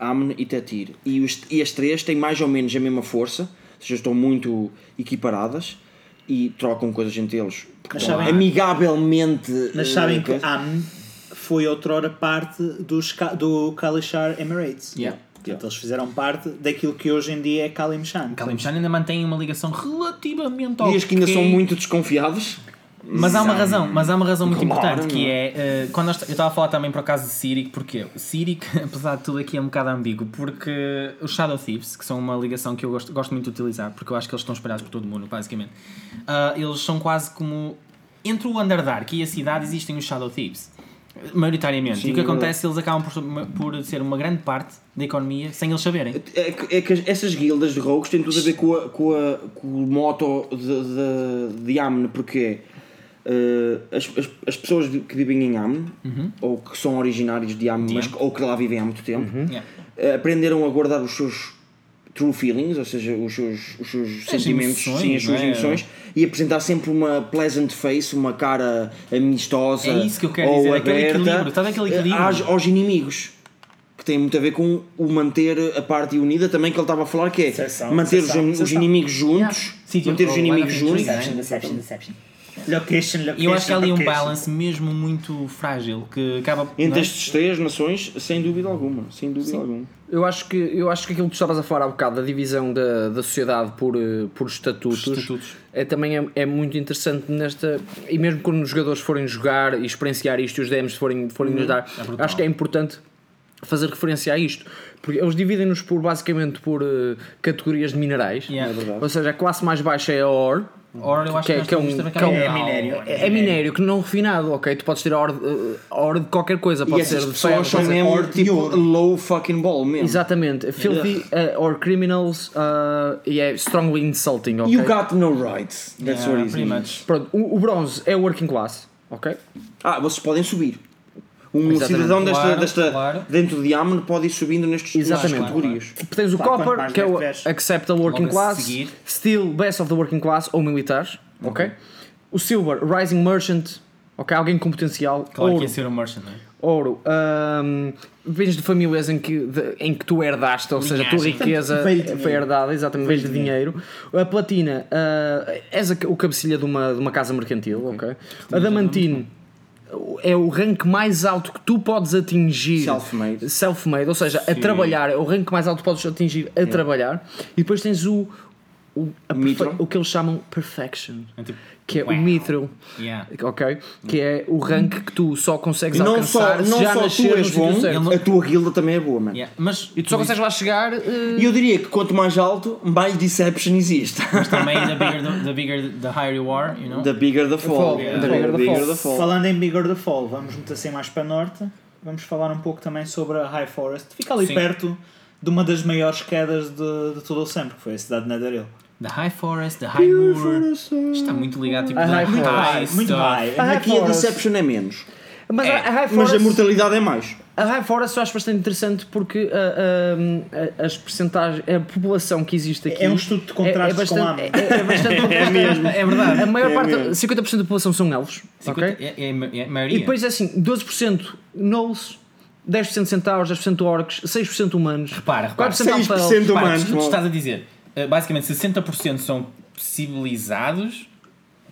Amn e Tetir. E, os, e as três têm mais ou menos a mesma força, ou seja, estão muito equiparadas e trocam coisas entre eles. Porque Mas estão sabem- amigavelmente. Mas eh, sabem que coisa. AMN foi outrora parte dos, Ca- do Kalishar Emirates. Yeah. Portanto, eles fizeram parte daquilo que hoje em dia é Kalimshan. Kalimshan ainda mantém uma ligação relativamente ao. Dias que ainda são muito desconfiados. Mas há uma razão, mas há uma razão muito Claro, importante que não é. eh, quando nós- eu estava a falar também por acaso de Cyric, porque Cyric, [LAUGHS] apesar de tudo, aqui é um bocado ambíguo, porque os Shadow Thieves, que são uma ligação que eu gosto, gosto muito de utilizar, porque eu acho que eles estão espalhados por todo o mundo, basicamente, ah, eles são quase como. Entre o Underdark e a cidade existem os Shadow Thieves. Maioritariamente. e o que é verdade. acontece, eles acabam por, por ser uma grande parte da economia sem eles saberem. É que, é que as- essas guildas de rogues têm tudo a ver com, a- com a- com o moto de, de, de Amn, porque eh, as, as, as pessoas vi- que vivem em Amn, Uhum. ou que são originários de Amn, mas, que- ou que lá vivem há muito tempo, Yeah. eh, aprenderam a guardar os seus true feelings, ou seja, os seus, os seus sentimentos, emoções, sim, as suas não é? emoções, e apresentar sempre uma pleasant face, uma cara amistosa É isso que eu quero ou dizer, aquele equilíbrio, aberta eh, está naquele equilíbrio. aos, aos inimigos. Que tem muito a ver com o manter a parte unida também que ele estava a falar, que é Seção, manter os- seção, os, seção. inimigos juntos, Sim, manter ou os lá inimigos na juntos. frente, né? deception, deception. Location, location. E eu acho que há ali um location. balance mesmo muito frágil que acaba. não Entre é? estas três nações, sem dúvida alguma, sem dúvida alguma. Eu acho que, eu acho que aquilo que tu estavas a falar há bocado, da divisão da, da sociedade por, eh, por estatutos, Estatutos. É, também é, é muito interessante nesta. E mesmo quando os jogadores forem jogar e experienciar isto e os DMs forem, forem nos dar, é brutal. acho que é importante fazer referência a isto. Porque eles dividem-nos por basicamente por eh, categorias de minerais. Yeah. É verdade. Ou seja, a classe mais baixa é a OR. Ora, eu acho Que é- que, nós que é um- temos também que é um- cá- É minério, Ora, É minério, que não refinado, ok? Tu podes ter a OR, de- a OR de qualquer coisa, E pode ser essas de ferro, pessoas são pode ser- mesmo or de tipo ouro. low fucking ball mesmo. Exatamente, filthy uh, or criminals uh, e é strongly insulting. ok? You got no rights. That's Yeah, what it pretty means. much. Pronto, o, o bronze é working class, ok? Ah, vocês podem subir. Um Exatamente. cidadão desta, Claro, desta claro. dentro de Amn pode ir subindo nestes nestas Exatamente. categorias. Tens o Claro, quanto copper, mais que é o leve acceptable working Logo a class, seguir. Uhum. steel, best of the working class ou militares, ok? O silver, rising merchant, ok? Alguém com potencial. Claro que ouro, ia ser um merchant, não é? ouro um, vens de famílias em que, de- em que tu herdaste, ou seja, a tua Linhagem. riqueza Veio de foi dinheiro. herdada, exatamente, veio de dinheiro. A platina, ah, és a ca- o cabecilha de uma, de uma casa mercantil, ok? A damantine é o rank mais alto que tu podes atingir Self-made. self-made, ou seja, a trabalhar, é o rank mais alto que podes atingir a trabalhar, e depois tens o, o, a perfe- Mithril? o que eles chamam perfection, É tipo, que é wow. o mithril, Yeah. ok? Que é o rank que tu só consegues Não só, alcançar não se já só nasceres tu és no sítio bom, certo. a tua guilda também é boa, mano. Yeah. Mas E tu só consegues lá chegar. eh, E eu diria que quanto mais alto, mais deception existe. [LAUGHS] também the bigger the, the bigger the higher you are, you know. The bigger the fall. fall, Yeah. the bigger the fall. Falando em Bigger the Fall, vamos meter assim mais para norte. Vamos falar um pouco também sobre a High Forest. Fica ali Sim. perto de uma das maiores quedas de, de todo o sempre, que foi a cidade de Netheril. The high forest, the high moor. Isto está muito ligado tipo A high the forest. high muito stuff. high. Ah, Aqui a Forest. deception é menos, Mas É, a, a High mas Forest- a mortalidade é mais. A High Forest eu acho bastante interessante porque a, a- a- as percentagens, a população que existe aqui. É um estudo de contrastes é, é com bastante, lama. é, é bastante contrastante. É verdade. A maior parte, 50% da população são elfos, ok? 50 é, é, ma- é a maioria. E depois é assim: 12% gnolls, 10% centauros, 10% orcs, 6% humanos. Repara, repara. 4% alfaelfos. Repara, humanos, tu- tu mal. estás a dizer, eh, basicamente 60% são civilizados,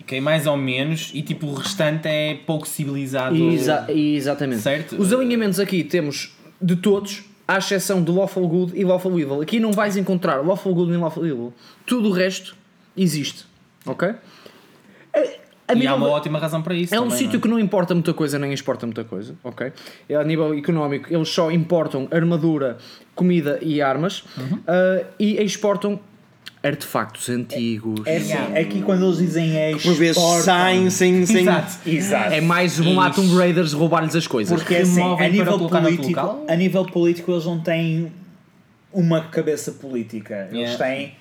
ok? Mais ou menos, e tipo o restante é pouco civilizado. Exa exatamente. é? Certo? Os alinhamentos aqui temos de todos, à exceção de Lawful Good e Lawful Evil. Aqui não vais encontrar Lawful Good nem Lawful Evil. Tudo o resto existe. Ok? A, a E há nível uma de- ótima razão para isso. é um também, sítio não que não importa muita coisa nem exporta muita coisa, ok? É, a nível económico, eles só importam armadura, comida e armas Uhum. ah, e exportam artefactos antigos. É É, assim, Yeah. aqui quando eles dizem é Por vezes exportam. saem sem. é? sem Exato. Exato. mais um lá Tomb Raiders roubar-lhes as coisas. Porque assim, removem a para nível, colocar noutro político, local? a nível político eles não têm uma cabeça política. Eles Yeah. têm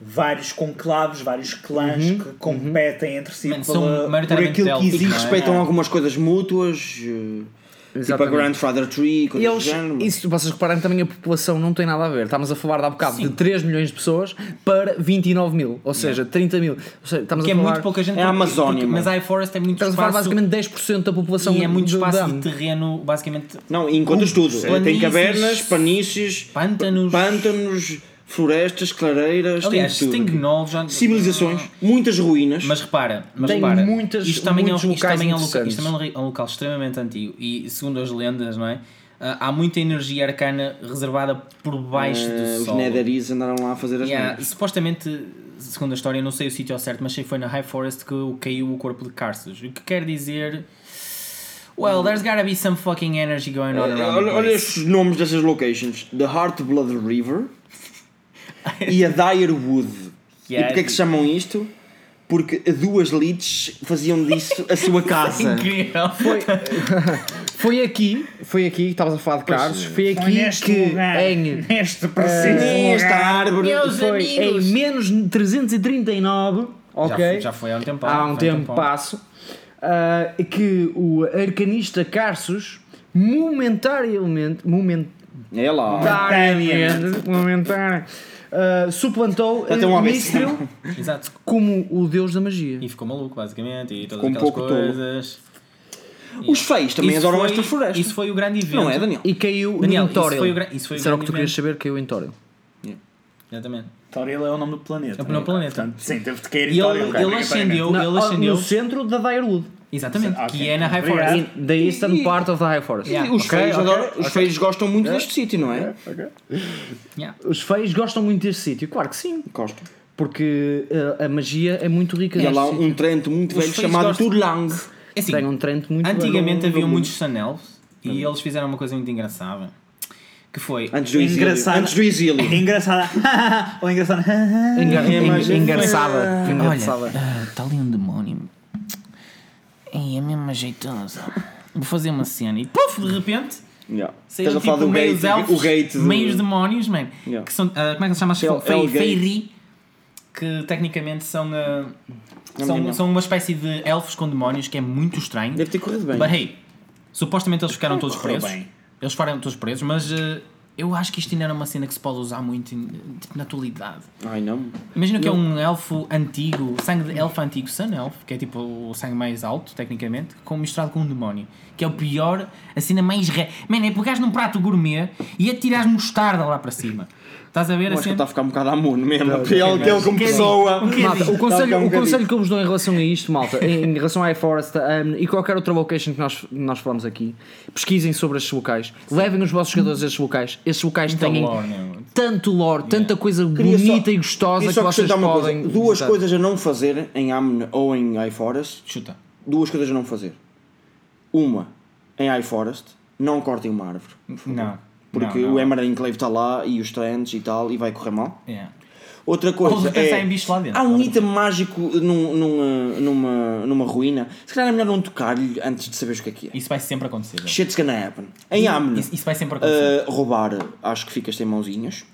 vários conclaves, vários clãs que competem entre si Uhum, Mano, são pela, por maioritariamente aquilo que élficos, existe. não é? Respeitam algumas coisas mútuas, eh, tipo a Exatamente. Grandfather Tree, E coisas do eles, género. mas- isso vocês reparem também, a população não tem nada a ver. Estamos a falar de há bocado de 3 milhões de pessoas para 29 mil, ou seja, 30 mil. Ou seja, estamos Que a é falar, muito pouca gente. É a porque- Amazónia, porque- Mas mano. a High Forest é muito Estamos a falar espaço. basicamente 10% da população E é muito do- espaço da- de terreno, basicamente. Não, e encontras tudo. Eh, Tem planícies, cavernas, planícies, pântanos. pântanos, florestas, clareiras, Aliás, tem tem tudo. Gnoll, já. Civilizações, muitas ruínas. Mas repara, mas Tem repara, muitas- isto também, é, um- muitos isto, também é um locais local, isto também é um re- é um local extremamente antigo e segundo as lendas, não é? Ah, há muita energia arcana reservada por baixo Eh, do os solo. Netheris andaram lá a fazer as Yeah, merdas. supostamente, segundo a história, eu não sei o sítio ao certo, mas sei que foi na High Forest que caiu o corpo de Carsus. O que quer dizer. Well, there's gotta be some fucking energy going on around Eh, Olha, the olha place. estes nomes dessas locations: The Heartblood River [LAUGHS] e a Dire Wood. Yeah. E porquê é que se chamam isto? Porque duas leads faziam disso a [LAUGHS] sua casa. Incrível! Foi, foi aqui, foi aqui, estavas a falar de Carlos, foi Foi aqui é neste que lugar, é em, neste preciso Esta lugar. árvore. Meus foi em amigos! menos 339, Já, ok? foi- já foi há um tempo. há um tempo passo ah, que o arcanista Carsos momentaneamente momen- É Tá. lá. momentaneamente momentar- ah, suplantou Já tem um ah, ABC. Mithril Exato. como o deus da magia E ficou maluco, basicamente, e todas Ficou um aquelas pouco tolo. coisas. Os feios também Isso adoram foi- esta floresta. Isso foi o grande evento. Não é, Daniel? e caiu Daniel, no isso Toril foi o gran- isso foi o será o que grande tu querias saber caiu em Toril Exatamente. Toril é o nome do planeta. É o nome do planeta. Portanto, sim, teve de cair em E ele, Toril. ele ascendeu, Na- ele ao- ascendeu. no centro da Dairwood Exatamente, Ah, que ok. é na High Obrigado. Forest. the eastern part of the High Forest Yeah. Os Ok, feios ok. adoram- os feios gostam muito deste sítio, não é? Yeah. os feios gostam muito deste sítio claro que sim Gostam. porque ah, a magia é muito rica E há neste lá sítio. um trento muito Os velho feios chamado gostam- Turlang. É assim, tem um trento muito antigamente bom. havia muitos Sanelves e eles fizeram uma coisa muito engraçada. Que foi. Antes do exílio. Engraçado. Antes do [LAUGHS] exílio. Engraçada. Ou [LAUGHS] engraçada. [LAUGHS] Enga- en- engarçada. Olha, é. Engarçada. está ali um demónio. E é mesmo ajeitosa. Vou fazer uma cena e puf, de repente. Yeah. Estás Saíram a tipo falar do meios gate, elfos, o gate do- meios demónios, man. Yeah. Que são, ah, como é que se chama? É o- é Fei- o gate. Feiri. Que tecnicamente são, ah, Não, são, não. são uma espécie de elfos com demónios que é muito estranho. Deve ter corrido bem. But hey, supostamente eles ficaram todos correu presos. bem. Eles ficaram todos presos, mas ah, eu acho que isto ainda era uma cena que se pode usar muito em- tipo, na atualidade. Ai não. Imagina que é um elfo antigo, sangue de elfo antigo, Sun Elf, que é tipo o sangue mais alto, tecnicamente, com, misturado com um demónio. Que é o pior, a cena mais ré. Mano, é pegares num prato gourmet e atiras mostarda lá para cima. Estás a ver Eu acho que assim? ele está a ficar um bocado amuno mesmo. Ele, é ele como pessoa. Malta, o Dá-lhe conselho, um o conselho bocadinho. que eu vos dou em relação a isto, malta, em em relação à iForest um, e qualquer outra location que nós, nós falamos aqui, pesquisem sobre estes locais, levem os vossos jogadores a estes locais, estes locais Então, têm, lore, né, mano? tanto lore, tanta coisa Queria só- bonita e gostosa queria que só vocês acrescentar uma coisa. podem. Duas visitar. coisas a não fazer em Amn ou em High Forest. Chuta. Duas coisas a não fazer. Uma, em High Forest, não cortem uma árvore. Não. Porque é- o Emerald Enclave está lá e os trends e tal e vai correr mal. Yeah. Outra Ou coisa pensar é, em bicho lá dentro. há um item mágico num- numa, numa, numa ruína. Se calhar é melhor não tocar-lhe antes de saberes o que é que é. Isso vai sempre acontecer. velho. Shit's gonna happen. Em Amn, Isso, isso vai sempre acontecer. uh, roubar, acho que ficas sem mãozinhas.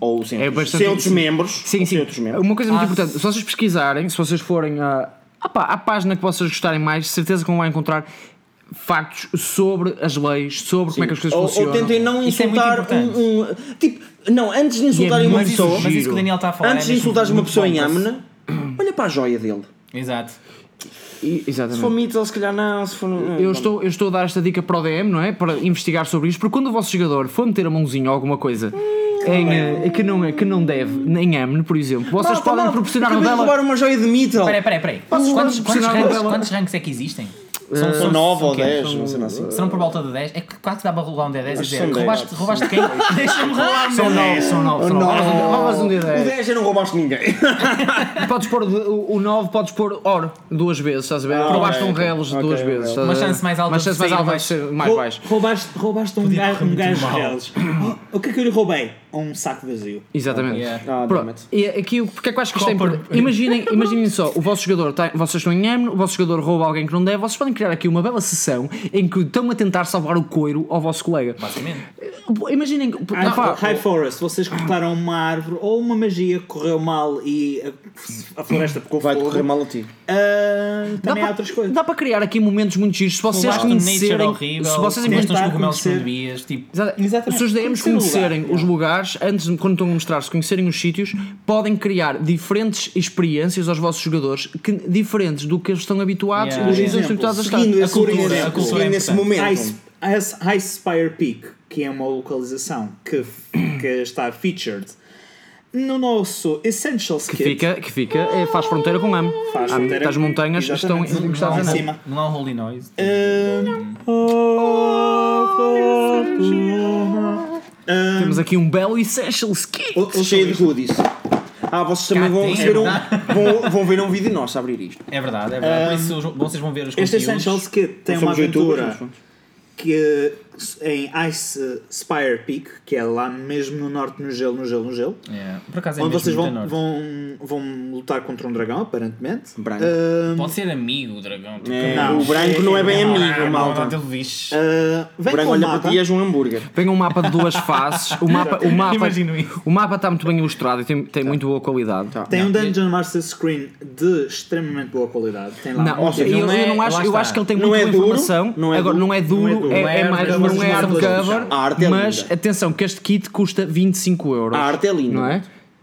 Ou sem, É outros, bastante- sem outros membros. Sim, Ou sim. Sem outros membros. Uma coisa muito Ah, importante, se vocês pesquisarem, se vocês forem a, opá, à página que vocês gostarem mais, certeza que vão lá encontrar factos sobre as leis, sobre como é que as coisas ou, ou funcionam. tentem não Isso é muito insultar importante. um, um- Tipo, não, antes de insultarem uma muito mas, é isso, pessoa. só- mas isso que o Daniel está a falar. antes é de mesmo insultares uma muito pessoa bom em para se- Amna, olha para a joia dele. Exato. E- exatamente. Se for Mitchell, se calhar não. Se for. Hum. Eu estou, eu estou a dar esta dica para o DM, não é? Para investigar sobre isto, porque quando o vosso jogador for meter a mãozinha ou alguma coisa em, Hum. eh, que, não, que não deve, nem amne, por exemplo, vocês Ah, podem pá, proporcionar um acabei de novela. roubar uma joia de Mitchell. Espera, aí, espera, aí, espera. aí. Posso- Quantos, posso quantos, pressionar ranks, ela? quantos ranks é que existem? São 9 Um ou quê? 10, não sei lá assim. Serão por volta de 10? É que quase dá para rolar um D10 e que dizer são roubaste, dez. roubaste quem? Deixa-me rolar, São meu. nove. São 9, são Rolas 9. um- rolas um O D10. 10 eu não roubaste ninguém. Podes pôr de- o 9, podes pôr or duas vezes, estás a ver? Provaste um relos Ah, ok, duas ok. vezes. Uma estás a ver? chance mais alta Uma de chance mais sair alta de mais- ser mais baixo. Roubaste, roubaste um gajo, um correr muito gajo mal. deles. Oh, o que é que eu lhe roubei? Um saco vazio. Exatamente. Yeah. Ah, damn Pronto. it. E aqui, o- porque é que eu acho que isto é Copper. importante? Imaginem, imaginem só, o vosso jogador, tá, vocês estão em amno, o vosso jogador rouba alguém que não deve, vocês podem criar aqui uma bela sessão em que estão a tentar salvar o coiro ao vosso colega. Basicamente. Imaginem. High, pá, High Forest, vocês cortaram uma árvore ou uma magia que correu mal e a, a floresta ficou Vai-te fogo. correr mal a ti. Ah, Dá também há para, outras coisas. dá para criar aqui momentos muito giros se vocês Roubaste um nature conhecerem. horrível. se vocês Tenta- encontram. encontram tentar os cogumelos que não conhecer- devias, tipo. Exatamente. Se os DMs Conhecer o lugar. conhecerem os lugares, antes de quando estão a mostrar, se conhecerem os sítios, podem criar diferentes experiências aos vossos jogadores que, diferentes do que eles estão habituados Yeah. e dos que eles Exemplo, estão habituados a estar. Seguindo A esse cultura, momento, a cultura seguindo é nesse importante. momento. Ice, Ice, Ice Spire Peak, que é uma localização que, que está featured no nosso Essentials Que Kit. fica, que fica é, faz fronteira com Am. Faz Am, fronteira. das montanhas que estão Exatamente. encostadas a Em Am. cima. Não há um holy noise. Ahm, oh, Ahm, Temos aqui um belo Essentials Kit. Hum. Cheio de goodies. Ah, vocês também vão Cá tem, receber é um. Vão, vão ver um vídeo nosso a abrir isto. É verdade, é verdade. Por isso os- vocês vão ver os Este é conteúdos. Essentials Kit tem Nós uma somos youtubers, aventura nós somos. que em Ice Spire Peak, que é lá mesmo no norte, no gelo, no gelo, no gelo. Yeah. Por acaso é onde mesmo vocês muito vão, norte. vão, vão lutar contra um dragão, aparentemente. Branco. Ahm, Pode ser amigo o dragão. tipo, É, Não, o branco não é bem não, amigo, não, malta. não, não, não, bicho. ah, O vem branco com o olha para mapa. ti e és um hambúrguer. Vem um mapa de duas faces. O mapa, o mapa, Imagino isso. O mapa está muito bem ilustrado e tem, tem muito boa qualidade. Tem um Não, Dungeon Master Screen de extremamente boa qualidade. Tem lá Não, um- ou seja, eu, não eu é- não acho, lá eu está. acho que ele tem Não muita é duro, informação. não é Agora, duro, não é duro, não é duro. é, é Não é mais, hardcover, não é mas hardcover. a arte é mas linda. atenção, que este kit custa 25 euros. A arte é linda. Não é?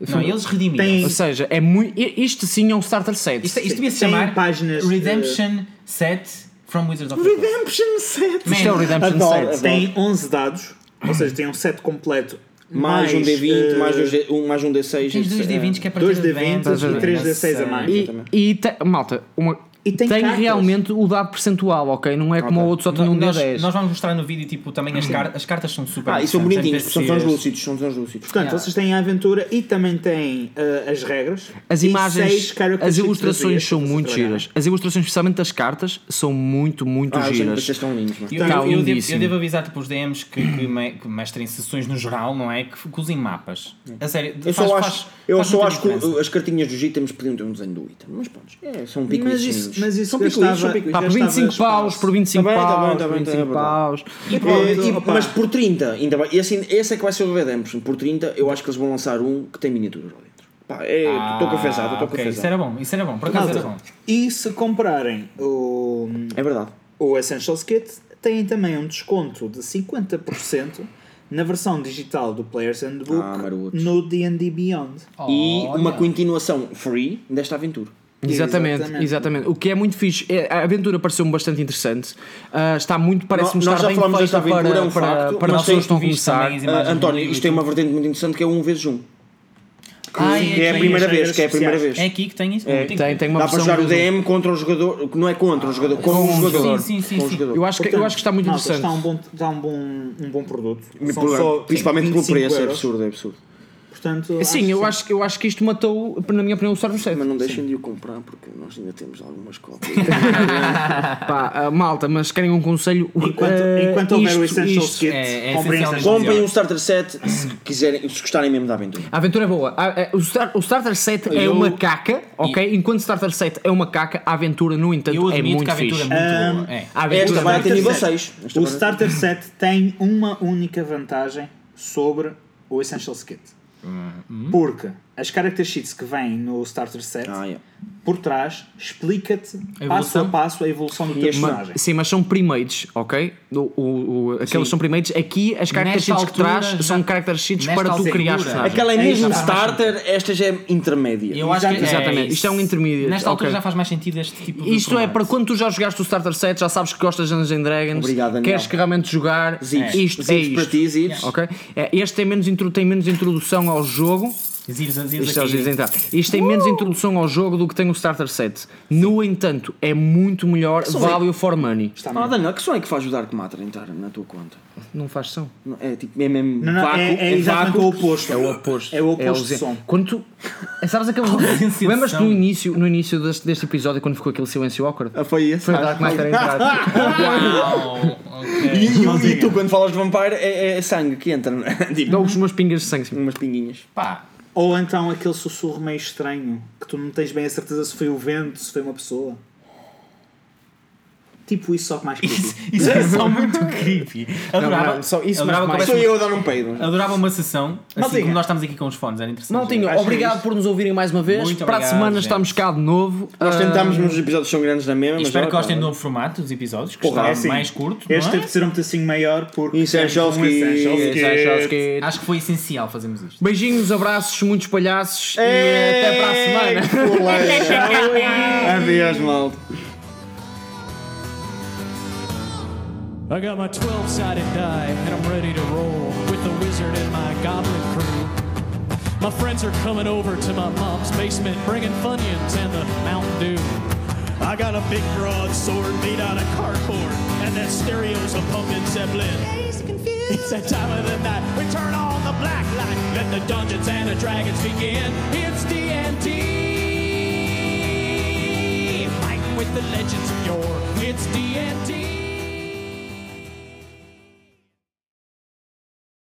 Não, eles redimiram. Tem- Ou seja, é muito. Isto sim é um starter set. Isto, isto devia se Tem chamar páginas de- Redemption Set from Wizards of the Coast. Redemption set. Isto é o Man, Redemption adoro, Set. Tem 11 dados, ou seja, tem um set completo. Mais um D20, ah, mais dois D- um, mais um D6. Tens dois etc. D20 que é para dois D20 e três D6 a mais. E, e te- malta, uma- E tem tem, cartas. realmente o dado percentual, ok? Não é como o outro só tem um nós, D10. nós vamos mostrar no vídeo tipo, também as, car as cartas são super Ah, e são interessantes, bonitinhos, são NPCs. translúcidos, são translúcidos. Portanto, Yeah. vocês têm a aventura e também têm ah, as regras. As e imagens, seis character as sheets ilustrações vazias são para vocês muito trabalharem. giras. As ilustrações, especialmente das cartas, são muito, muito Ah, os giras. NPCs estão lindos, mano. Eu, Tá eu- eu devo, lindíssimo. eu devo avisar tipo, os DMs que, que, me, que mestrem sessões no geral, não é? Que f- que usem mapas. A sério, Eu faz, só faz- acho, eu faz só muita acho que diferença. o- as cartinhas dos itens podiam ter um desenho do item, mas pronto, é, são Mas picuinhos. isso, mas isso são gastava- picuinhos, são picuinhos. Pá, por Já 25 estava paus, por 25 Tá bem, tá paus, bem, tá por bem, tá 25 bem, paus. E, Eh, e, opa. mas por 30, ainda bem, esse, esse é que vai ser o Redemption. Por 30, eu acho que eles vão lançar um que tem miniaturas lá dentro. Pá, é, estou Ah, confessado, estou ok, Isso confessado. era bom, isso era bom, por acaso era bom. E se comprarem o, É verdade. o Essentials Kit, têm também um desconto de 50% na versão digital do Players Handbook Ah, maroto. no D&D Beyond. E Olha. uma continuação free desta aventura. Exatamente, Exatamente. exatamente, O que é muito fixe. É, a aventura pareceu-me bastante interessante. Ah, está muito, parece-me Nós- nós estar já bem falamos feita desta aventura, para, é um para, facto, para mas as pessoas que tem estão a visto começar. também as Ah, imagens António, no isto tem uma YouTube. vertente muito interessante que é um vezes um. Ai, é a aqui. primeira vez, que é a primeira especiais. vez. É aqui que tem isso? É, Tem- Tem, tem uma Dá para versão jogar o do jogo. DM contra o jogador, que não é contra o jogador, com Com o o jogador. jogador. Sim, sim, Com o sim, sim. jogador. Eu acho, que, eu acho que está muito Malta, interessante. Está um bom, está um bom, um bom produto. E São por- só principalmente pelo 25 preço, é euros. absurdo, é absurdo. Portanto, É Sim, eu que acho, que- eu acho que isto matou, na minha opinião, o Storm Save. Mas não deixem de o comprar porque nós ainda temos algumas cópias. Pá, ah, malta, mas querem um conselho? Enquanto, ah, enquanto houver o isto- Essentials isto- Kit, é- é comprem essencial Essentials Comprem Kit. um starter set se quiserem, se gostarem mesmo da aventura. A aventura é boa. A- a- o, star- o Starter Set é Eu- uma caca, ok? Enquanto o Starter Set é uma caca, a aventura, no entanto, Eu é admito muito que a aventura fixe. é muito Ahm, boa. É. A Esta aventura vai é até muito nível fixe. 6. O Starter Set tem uma única vantagem sobre o Essentials Kit. Hum. Hum? Porque as character sheets que vêm no Starter Set, Ah, é. por trás, explica-te passo A a evolução. passo a evolução do teu este- personagem. Sim, mas são premates, ok? O, o- o- aqueles são premates. Aqui as character Nesta sheets que altura, traz já- são character sheets nesta para tu altura. criar personagem. Aquela é É mesmo isso, starter, esta já é intermédia. Eu acho que Exatamente. É isso. Isto é um intermediate. Nesta altura Ok. já faz mais sentido este tipo de Isto é formato. para quando tu já jogaste o Starter Set, já sabes que gostas de Dungeons and Dragons, Obrigado, Daniel. queres que realmente jogar, Zips. isto é Zips isto. para ti, Zips. ok? É, este tem menos, intro- tem menos introdução ao jogo. Zires, zires Isto, é o aqui. Zips, então. Isto tem menos introdução ao jogo do que tem o Starter Set. No entanto, é muito melhor value for money. Está Ah, mesmo. Daniel, que som é que faz o Dark Matter entrar na tua conta? Não faz som. Não, É tipo, é mesmo Não, não, vácuo, é, é é exatamente vácuo. o oposto. É o oposto. É o É oposto de ausente. som. Quando tu. Eh, Sabes aquele. ausência de Lembras-te som. no início, no início deste, deste episódio quando ficou aquele silêncio awkward? Ah, Foi esse. Foi o Dark Matter a entrar. Uau, ok. E, e- e tu, quando falas de vampiro, é, é sangue que entra, não é? [LAUGHS] tipo, Dou os meus pingas de sangue. assim. umas pinguinhas. Pá, Ou então aquele sussurro meio estranho que tu não tens bem a certeza se foi o vento, se foi uma pessoa. Tipo isso, só que mais isso, creepy. isso é só muito creepy. Adorava, não, só isso, adorava, mas que mais- Sou houvesse- eu a dar um peido. adorava uma sessão, assim Maltinha. como nós estamos aqui com os fones, era interessante. Maltinho, Acho que é obrigado isso. por nos ouvirem mais uma vez. Muito Para a obrigado, semana gente. estamos cá de novo. Nós Ah, tentámos, mas os episódios são grandes na mesma. E mas espero olha, que gostem do pá, novo formato dos episódios, que Porra, está é assim, mais curto. Este não é? teve de ser um pedacinho maior porque. Essentials temos um Kit. Essentials Kit. Essentials Kit. Acho que foi essencial fazermos isto. Beijinhos, abraços, muitos palhaços É, e até para a semana. a [LAUGHS] semana. Adeus, malta. I got my 12 sided die and I'm ready to roll with the wizard and my goblin crew. My friends are coming over to my mom's basement bringing Funyuns and the Mountain Dew. I got a big broad sword made out of cardboard and that stereo's a pumpkin zeppelin. It's that time of the night. We turn on the black light. Let the dungeons and the dragons begin. It's D&D. Fighting with the legends of yore. It's D&D.